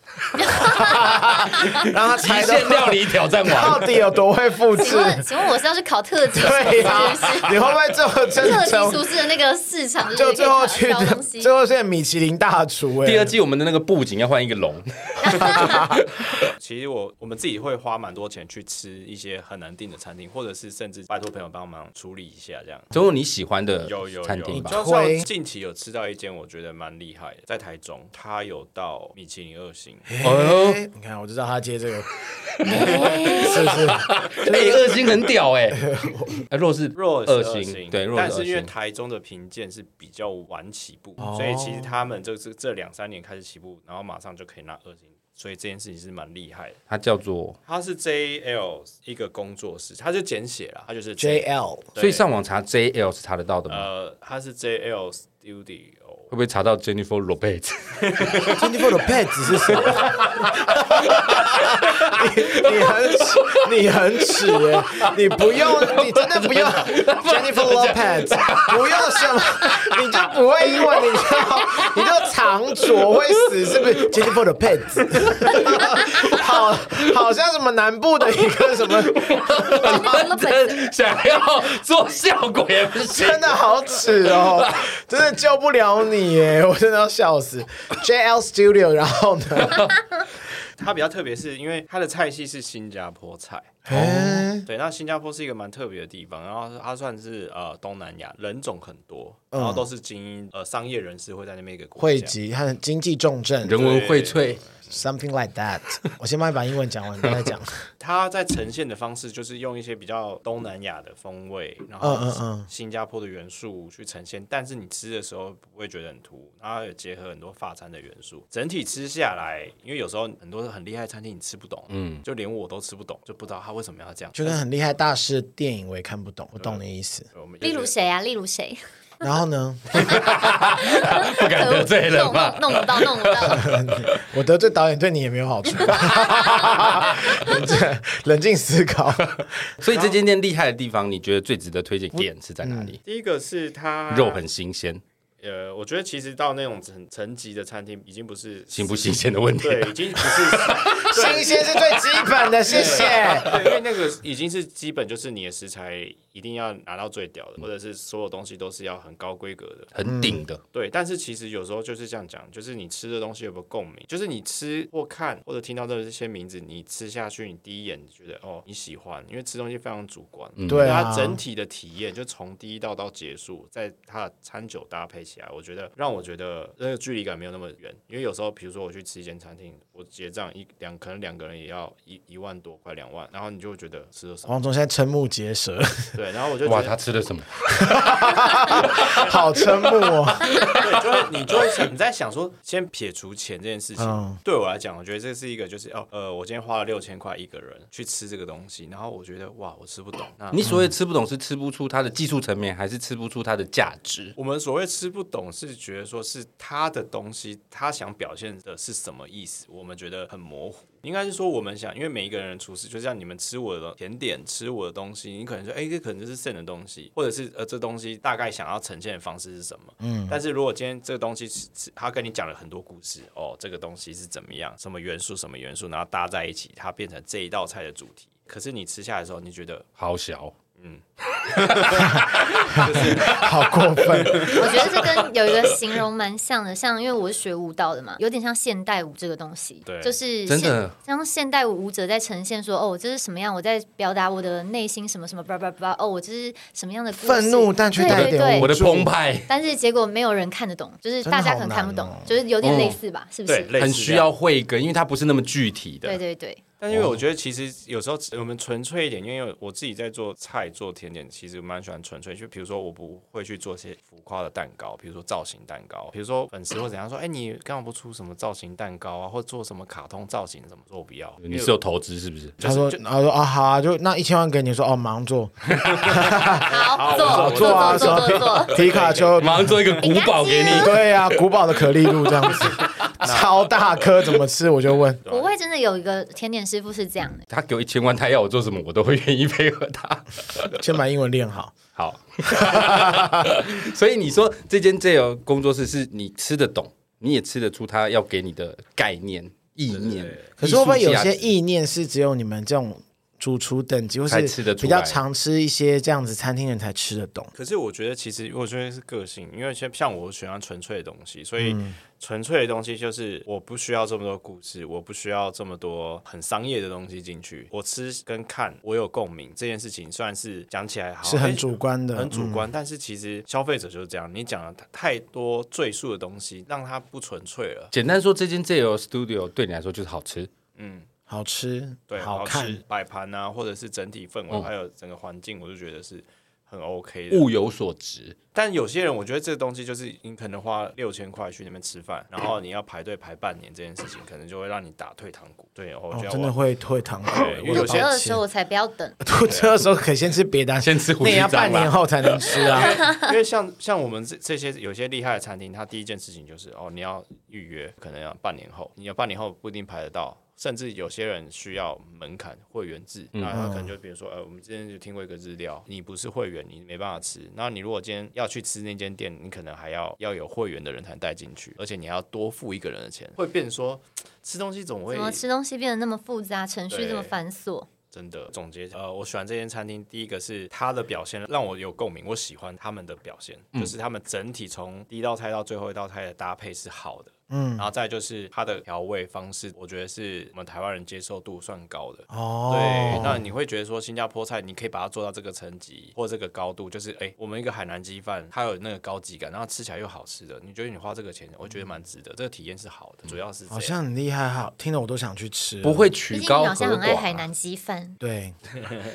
Speaker 2: 让他
Speaker 1: 极
Speaker 2: 猜到
Speaker 1: 限料理挑战
Speaker 2: <laughs> 到
Speaker 1: 王。
Speaker 2: 底有多会复制
Speaker 3: <laughs> 请。问请问我是要去考特级厨
Speaker 2: 对啊
Speaker 3: 师
Speaker 2: 呀、
Speaker 3: 是不是？
Speaker 2: 你会不会最后真
Speaker 3: 特
Speaker 2: <laughs> 的
Speaker 3: 级
Speaker 2: 成
Speaker 3: 厨师的那个市场
Speaker 2: 就最后去
Speaker 3: 挑东西
Speaker 2: 最。后是米其林大厨、欸？
Speaker 1: 第二季我们的那个布景要换一个龙，
Speaker 4: 其实我我们自己会花蛮多钱去吃一些很难订的餐厅，或者是甚至拜托朋友帮忙处理一下这样。
Speaker 1: 总有你喜欢
Speaker 2: 呃
Speaker 1: 的
Speaker 4: 有有
Speaker 1: 餐厅
Speaker 4: 有，
Speaker 1: 吧？
Speaker 4: 就
Speaker 2: 推
Speaker 4: 像近期有吃到一间，我觉得蛮厉害的，在台中，它有到米其林二星。
Speaker 1: 哦，
Speaker 2: 哎你看，我就知道他接这个，是不是？
Speaker 1: 哎，二星很屌
Speaker 2: <laughs>
Speaker 1: 哎，哎若是
Speaker 4: 若是
Speaker 1: 二
Speaker 4: 星，
Speaker 1: 星，对，若
Speaker 4: 但
Speaker 1: 是二
Speaker 4: 是因为
Speaker 1: 星。
Speaker 4: 台中的评鉴是比较晚起步，所以其实他们就是这两三年开始起步，然后马上就可以拿二星，所以这件事情是蛮厉害的。
Speaker 1: 它叫做，
Speaker 4: 它是 JL 一个工作室，它就简写了，它就是
Speaker 2: J L
Speaker 4: 对
Speaker 1: 所以上网查 JL 是查得到的吗？
Speaker 4: 呃，它是 JL Studio，
Speaker 1: 会不会查到 Jennifer Lopez？ <laughs>
Speaker 2: twenty four 的 pet 是什么？你你很耻，你很耻耶！你不用，你真的不用 Jennifer Lopez，不用什么，你就不会英文，你就你就藏拙会死，是不是？Jennifer 的 pet，好， <laughs> 好像什么南部的一个什么，
Speaker 1: 想要做效果也不行。
Speaker 2: 真的好耻哦，真的救不了你耶！我真的要笑死。JL Studio，然后呢？
Speaker 4: 它比较特别是因为它的菜系是新加坡菜。
Speaker 2: 哎
Speaker 4: 对，那新加坡是一个蛮特别的地方，然后它算是呃东南亚人种很多，然后都是精英呃商业人士会在那边一个国
Speaker 2: 嗯汇
Speaker 4: 家
Speaker 2: 集和经济重镇
Speaker 1: 人文荟萃，
Speaker 2: ，something like that。我先帮你把英文讲完，再讲。
Speaker 4: 它在呈现的方式就是用一些比较东南亚的风味，然
Speaker 2: 嗯嗯嗯
Speaker 4: 后新加坡的元素去呈现，但是你吃的时候不会觉得很突兀，然后有结合很多法餐的元素，整体吃下来，因为有时候很多很厉害的餐厅你吃不懂，嗯，就连我都吃不懂，就不知道他为什么
Speaker 3: 呃
Speaker 4: 要这样。
Speaker 2: 就跟很厉害大师的电影我也看不懂，我懂你的意思。
Speaker 4: 对我们
Speaker 2: <laughs>
Speaker 3: 例如谁啊？例如谁？
Speaker 2: 然后呢，
Speaker 1: 不敢得罪人
Speaker 3: 弄
Speaker 1: 吧？
Speaker 3: 弄弄不到，弄不到。
Speaker 2: 我得罪导演对你也没有好
Speaker 3: <laughs>
Speaker 2: 处。冷静冷静思考，
Speaker 1: 所以这间店厉害的地方，你觉得最值得推荐点是在哪里？
Speaker 4: 第一个是它
Speaker 1: 肉很新鲜，
Speaker 4: 呃，我觉得其实到那种层层级的餐厅，已经不是
Speaker 1: 新不新鲜的问题。啊
Speaker 4: 对，已经不是
Speaker 2: 新鲜是最基本的，谢谢。
Speaker 4: 对，因为那个已经是基本，就是你的食材一定要拿到最屌的，或者是所有东西都是要很高规格的。
Speaker 1: 很顶的，
Speaker 4: 对，但是其实有时候就是这样讲，就是你吃的东西有没有共鸣，就是你吃或看或者听到这些名字，你吃下去，你第一眼你觉得哦你喜欢，因为吃东西非常主观，
Speaker 2: 对啊
Speaker 4: 它整体的体验就从第一道到结束，在它的餐酒搭配起来，我觉得让我觉得那个距离感没有那么远，因为有时候比如说我去吃一间餐厅，我结账一两可能两个人也要一一万多快两万，然后你就会觉得吃了什么，
Speaker 2: 黄总现在瞠目结舌，
Speaker 4: 对，然后我嗯就觉
Speaker 1: 哇，
Speaker 4: 得
Speaker 1: 他吃了什么？
Speaker 2: 好瞠目哦。
Speaker 3: <laughs>
Speaker 4: 对，就会你就会想你在想说，先撇除钱这件事情，
Speaker 2: 嗯
Speaker 4: 对我来讲，我觉得这是一个就是哦，呃，我今天花了六千块一个人去吃这个东西，然后我觉得哇，我吃不懂。那
Speaker 1: 你所谓吃不懂，是吃不出它的技术层面，还是吃不出它的价值？
Speaker 4: 我们所谓吃不懂，是觉得说是他的东西，他想表现的是什么意思，我们觉得很模糊。应该是说我们想，因为每一个人的厨师，就像你们吃我的甜点，吃我的东西，你可能说，哎、这可能就是剩的东西，或者是呃，这东西大概想要呈现的方式是什么？嗯，但是如果今天这个东西是是他跟你讲了很多故事，哦，这个东西是怎么样，什么元素，什么元素，然后搭在一起，它变成这一道菜的主题。可是你吃下来的时候，你觉得
Speaker 1: 好小，
Speaker 2: 好过分，
Speaker 3: 我觉得这跟有一个形容蛮像的，像因为我是学舞蹈的嘛，有点像现代舞这个东西，
Speaker 4: 对
Speaker 3: 就是
Speaker 1: 真的
Speaker 3: 现像现代舞舞者在呈现说，哦，我这是什么样，我在表达我的内心什么什么，叭叭叭，哦，我这是什么样的故事
Speaker 2: 愤怒但却带一
Speaker 3: 对对
Speaker 2: 点
Speaker 3: 对
Speaker 1: 我
Speaker 2: 无
Speaker 1: 的
Speaker 2: 助。
Speaker 1: 澎湃
Speaker 3: 但是结果没有人看得懂，就是大家可能看不
Speaker 2: 真的
Speaker 3: 懂，
Speaker 2: 好难哦
Speaker 3: 就是有点类似吧，是不
Speaker 4: 对，
Speaker 3: 是？
Speaker 4: 类似
Speaker 1: 很
Speaker 4: 这
Speaker 1: 需
Speaker 4: 样
Speaker 1: 要慧根，因为它不是那么具体的。
Speaker 3: 对对对，
Speaker 4: 但因
Speaker 2: 哦
Speaker 4: 为我觉得其实有时候我们纯粹一点，因为我自己在做菜做甜点，其实蛮喜欢纯粹。就比如说我不会去做一些浮夸的蛋糕，比如说造型蛋糕，比如说粉丝或怎样说，哎、你干嘛不出什么造型蛋糕啊，或做什么卡通造型什么？说我不要，
Speaker 1: 你是有投资是不是？
Speaker 2: 他说，然后说啊，好啊，就那一千万给你，说哦，忙做，
Speaker 3: 好
Speaker 4: 好
Speaker 3: <laughs> 做
Speaker 4: 我
Speaker 2: 做啊
Speaker 3: 做做做做，
Speaker 2: 皮卡丘，
Speaker 1: 马上做一个古堡给你，
Speaker 2: 对啊，古堡的可丽露这样
Speaker 3: <laughs>
Speaker 2: 子，超大颗，怎么吃？我就问，
Speaker 3: 国外真的有一个甜点师傅是这样的，
Speaker 1: 他给我一千万，他要我做什么，我都会愿意配合他。
Speaker 2: 先把英文练好。
Speaker 1: 好， <laughs> 所以你说这间 J O 工作室是你吃得懂，你也吃得出他要给你的概念、意念。
Speaker 2: 可是会不会有
Speaker 1: 艺术价
Speaker 2: 些
Speaker 1: 值
Speaker 2: 意念是只有你们这种主厨等级，或
Speaker 1: 才吃得
Speaker 2: 是
Speaker 1: 出来
Speaker 2: 比较常吃一些这样子餐厅人才吃得懂？
Speaker 4: 可是我觉得，其实我觉得是个性，因为像像我喜欢纯粹的东西，所以
Speaker 2: 嗯
Speaker 4: 纯粹的东西就是我不需要这么多故事，我不需要这么多很商业的东西进去。我吃跟看，我有共鸣这件事情，算是讲起来好
Speaker 2: 是很
Speaker 4: 哎
Speaker 2: 主观的嗯
Speaker 4: 很主观。但是其实消费者就是这样，你讲了太多赘述的东西，让它不纯粹了。
Speaker 1: 简单说，这间 J O Studio 对你来说就是好吃，
Speaker 2: 好吃，
Speaker 4: 对，
Speaker 2: 好
Speaker 4: 吃
Speaker 2: 看，哦
Speaker 4: 摆盘啊，或者是整体氛围，还有整个环境，我就觉得是很 OK 的。
Speaker 1: 物有所值。
Speaker 4: 但有些人，我觉得这个东西就是你可能花六千块去那边吃饭，然后你要排队排半年，这件事情可能就会让你打退堂鼓。对，我
Speaker 2: 哦
Speaker 4: 觉得、，
Speaker 2: 真的会哦退堂鼓。
Speaker 4: 对因为
Speaker 2: 我
Speaker 4: 有
Speaker 3: 肚
Speaker 4: 些
Speaker 3: 子
Speaker 2: 抱
Speaker 3: 饿
Speaker 2: 歉 <laughs>
Speaker 3: 的时候我才不要等，
Speaker 2: 肚子饿的时候可以先吃别的啊，
Speaker 1: 先吃胡
Speaker 2: 那也
Speaker 1: 须
Speaker 2: 要
Speaker 1: 章
Speaker 2: 半年
Speaker 1: 啦。
Speaker 2: 后才能吃啊。
Speaker 3: <laughs>
Speaker 4: 因为像像我们这这些有些厉害的餐厅，它第一件事情就是哦，你要预约，可能要半年后，你要半年后不一定排得到，甚至有些人需要门槛会员制，
Speaker 3: 嗯
Speaker 4: 那他可能就比如说，呃，我们之前就听过一个日料，你不是会员，你没办法吃。那你如果今天要去吃那间店，你可能还要要有会员的人才带进去，而且你还要多付一个人的钱，会变成说吃东西总会
Speaker 3: 怎么吃东西变得那么复杂，程序这么繁琐？
Speaker 4: 真的总结，呃，我喜欢这间餐厅，第一个是它的表现让我有共鸣，我喜欢他们的表现，
Speaker 2: 嗯
Speaker 4: 就是他们整体从第一道菜到最后一道菜的搭配是好的，嗯，然后再就是它的调味方式，我觉得是我们台湾人接受度算高的。
Speaker 2: 哦，
Speaker 4: 对，那你会觉得说新加坡菜，你可以把它做到这个层级或这个高度，就是哎，我们一个海南鸡饭，它有那个高级感，然后吃起来又好吃的，你觉得你花这个钱，我觉得蛮值得，这个体验是好的，主要是这
Speaker 2: 嗯好
Speaker 4: 样。
Speaker 2: 像很厉害哈，听了我都想去吃了。
Speaker 1: 不会
Speaker 3: 毕
Speaker 1: 曲
Speaker 3: 竟
Speaker 1: 高
Speaker 3: 你
Speaker 1: 和
Speaker 3: 好像
Speaker 1: 寡
Speaker 3: 很爱海南鸡饭，
Speaker 2: 对，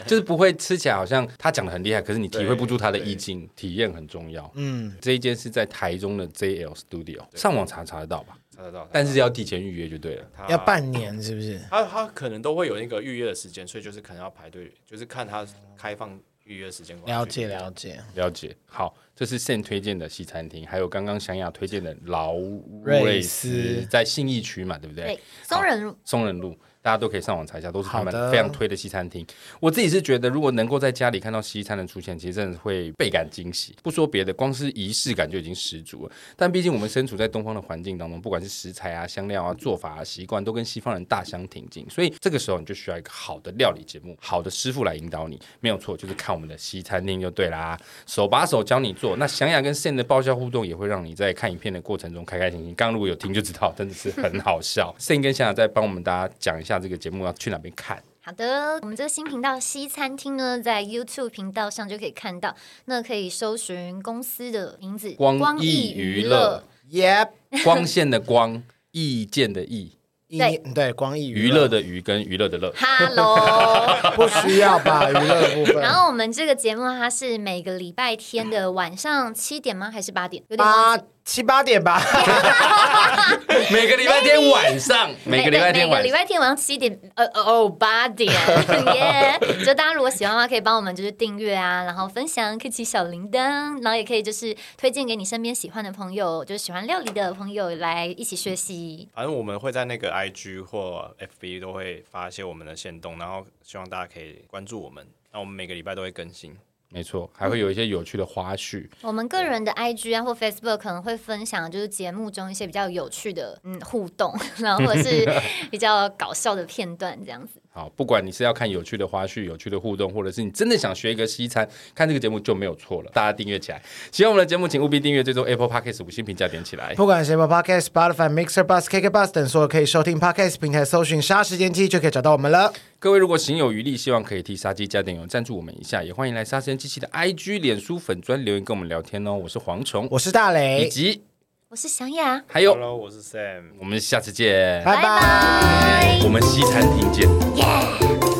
Speaker 1: 就是不会吃起来好像他讲的很厉害，可是你体会不出他的意境，体验很重要。嗯，这一间是在台中的 JL Studio，上网查查得到吧？
Speaker 4: 查得到，
Speaker 1: 但是要提前预约就对了。
Speaker 4: 它
Speaker 2: 要半年是不是？
Speaker 4: 他他可能都会有那个预约的时间，所以就是可能要排队，就是看他开放预约时间过来
Speaker 2: 了
Speaker 4: 去
Speaker 2: 解
Speaker 4: 点
Speaker 2: 了解，
Speaker 1: 了解，好，这是 Sam 推荐的西餐厅，还有刚刚祥雅推荐的劳瑞
Speaker 2: 瑞
Speaker 1: 斯
Speaker 2: 斯，
Speaker 1: 在信义区嘛，对不对？
Speaker 3: 对，松仁路
Speaker 1: 松仁路，大家都可以上网查一下，都是他们
Speaker 2: 好的
Speaker 1: 非常推的西餐厅。我自己是觉得，如果能够在家里看到西餐的出现，其实真的会倍感惊喜。不说别的，光是仪式感就已经十足了。但毕竟我们身处在东方的环境当中，不管是食材啊、香料啊、做法啊、习惯，都跟西方人大相庭径。所以这个时候你就需要一个好的料理节目，好的师傅来引导你。没有错，就是看我们的西餐厅就对啦，手把手教你做。那想想跟 Sam 的爆笑互动，也会让你在看影片的过程中开开心心。刚刚如果有听就知道，真的是很好 <laughs> 笑。Sam 跟想想再帮我们大家讲一下这个节目要去哪边看。
Speaker 3: 好的，我们这个新频道西餐厅呢，在 YouTube 频道上就可以看到，那可以搜寻公司的名字
Speaker 1: 光
Speaker 3: 益
Speaker 1: 益娱乐，
Speaker 2: 耶，
Speaker 1: 光线的光， <laughs> 意见的意，
Speaker 2: 对对，光益
Speaker 1: 娱乐的娱跟娱乐的乐。
Speaker 3: Hello，
Speaker 1: <laughs>
Speaker 2: 不需要吧？娱乐的部分，
Speaker 3: <laughs> 然后我们这个节目它是每个礼拜天的晚上七点吗？还是八点？有点忘
Speaker 2: 八
Speaker 3: 记。
Speaker 2: 七八点吧，
Speaker 1: 每个礼拜天晚
Speaker 3: <laughs>
Speaker 1: 上，每哎个礼拜天
Speaker 3: 哎每个
Speaker 1: 晚
Speaker 3: 礼
Speaker 1: 上。
Speaker 3: 拜天晚上七点，呃哦八点， <laughs> 耶！就大家如果喜欢的话，可以帮我们就是订阅啊，然后分享，开启小铃铛，然后也可以就是推荐给你身边喜欢的朋友，就是喜欢料理的朋友来一起学习。
Speaker 4: 反正我们会在那个 IG 或 FB 都会发一些我们的线动，然后希望大家可以关注我们。那我们每个礼拜都会更新，
Speaker 1: 没错，还会有一些有趣的花絮。
Speaker 3: 我们个人的 IG 啊或 Facebook 可能会分享就是节目中一些比较有趣的嗯互动， <laughs> 然后或者是比较搞笑的片段这样子。
Speaker 1: 好，不管你是要看有趣的花絮、有趣的互动，或者是你真的想学一个西餐，看这个节目就没有错了。大家订阅起来，喜欢我们的节目，请务必订阅，最终 Apple Podcast 五星评价点起来。
Speaker 3: 嗯
Speaker 2: 不管是 Apple Podcast、Spotify、Mixer、Bus、KK Bus 等所有可以收听 Podcast 平台，搜寻“杀时间机”就可以找到我们了。
Speaker 1: 各位如果行有余力，希望可以替杀鸡加点油，赞助我们一下，也欢迎来杀时间机器的 IG、脸书粉专留言跟我们聊天哦。我是蝗虫，
Speaker 2: 我是大
Speaker 1: 以
Speaker 2: 雷，
Speaker 1: 及
Speaker 3: 我是祥雅，
Speaker 1: 还有，
Speaker 4: Hello，我是 Sam。
Speaker 1: 我们下次见，
Speaker 2: 拜
Speaker 3: 拜
Speaker 2: 拜。
Speaker 3: 拜。
Speaker 1: 我们西餐厅见。
Speaker 3: 耶！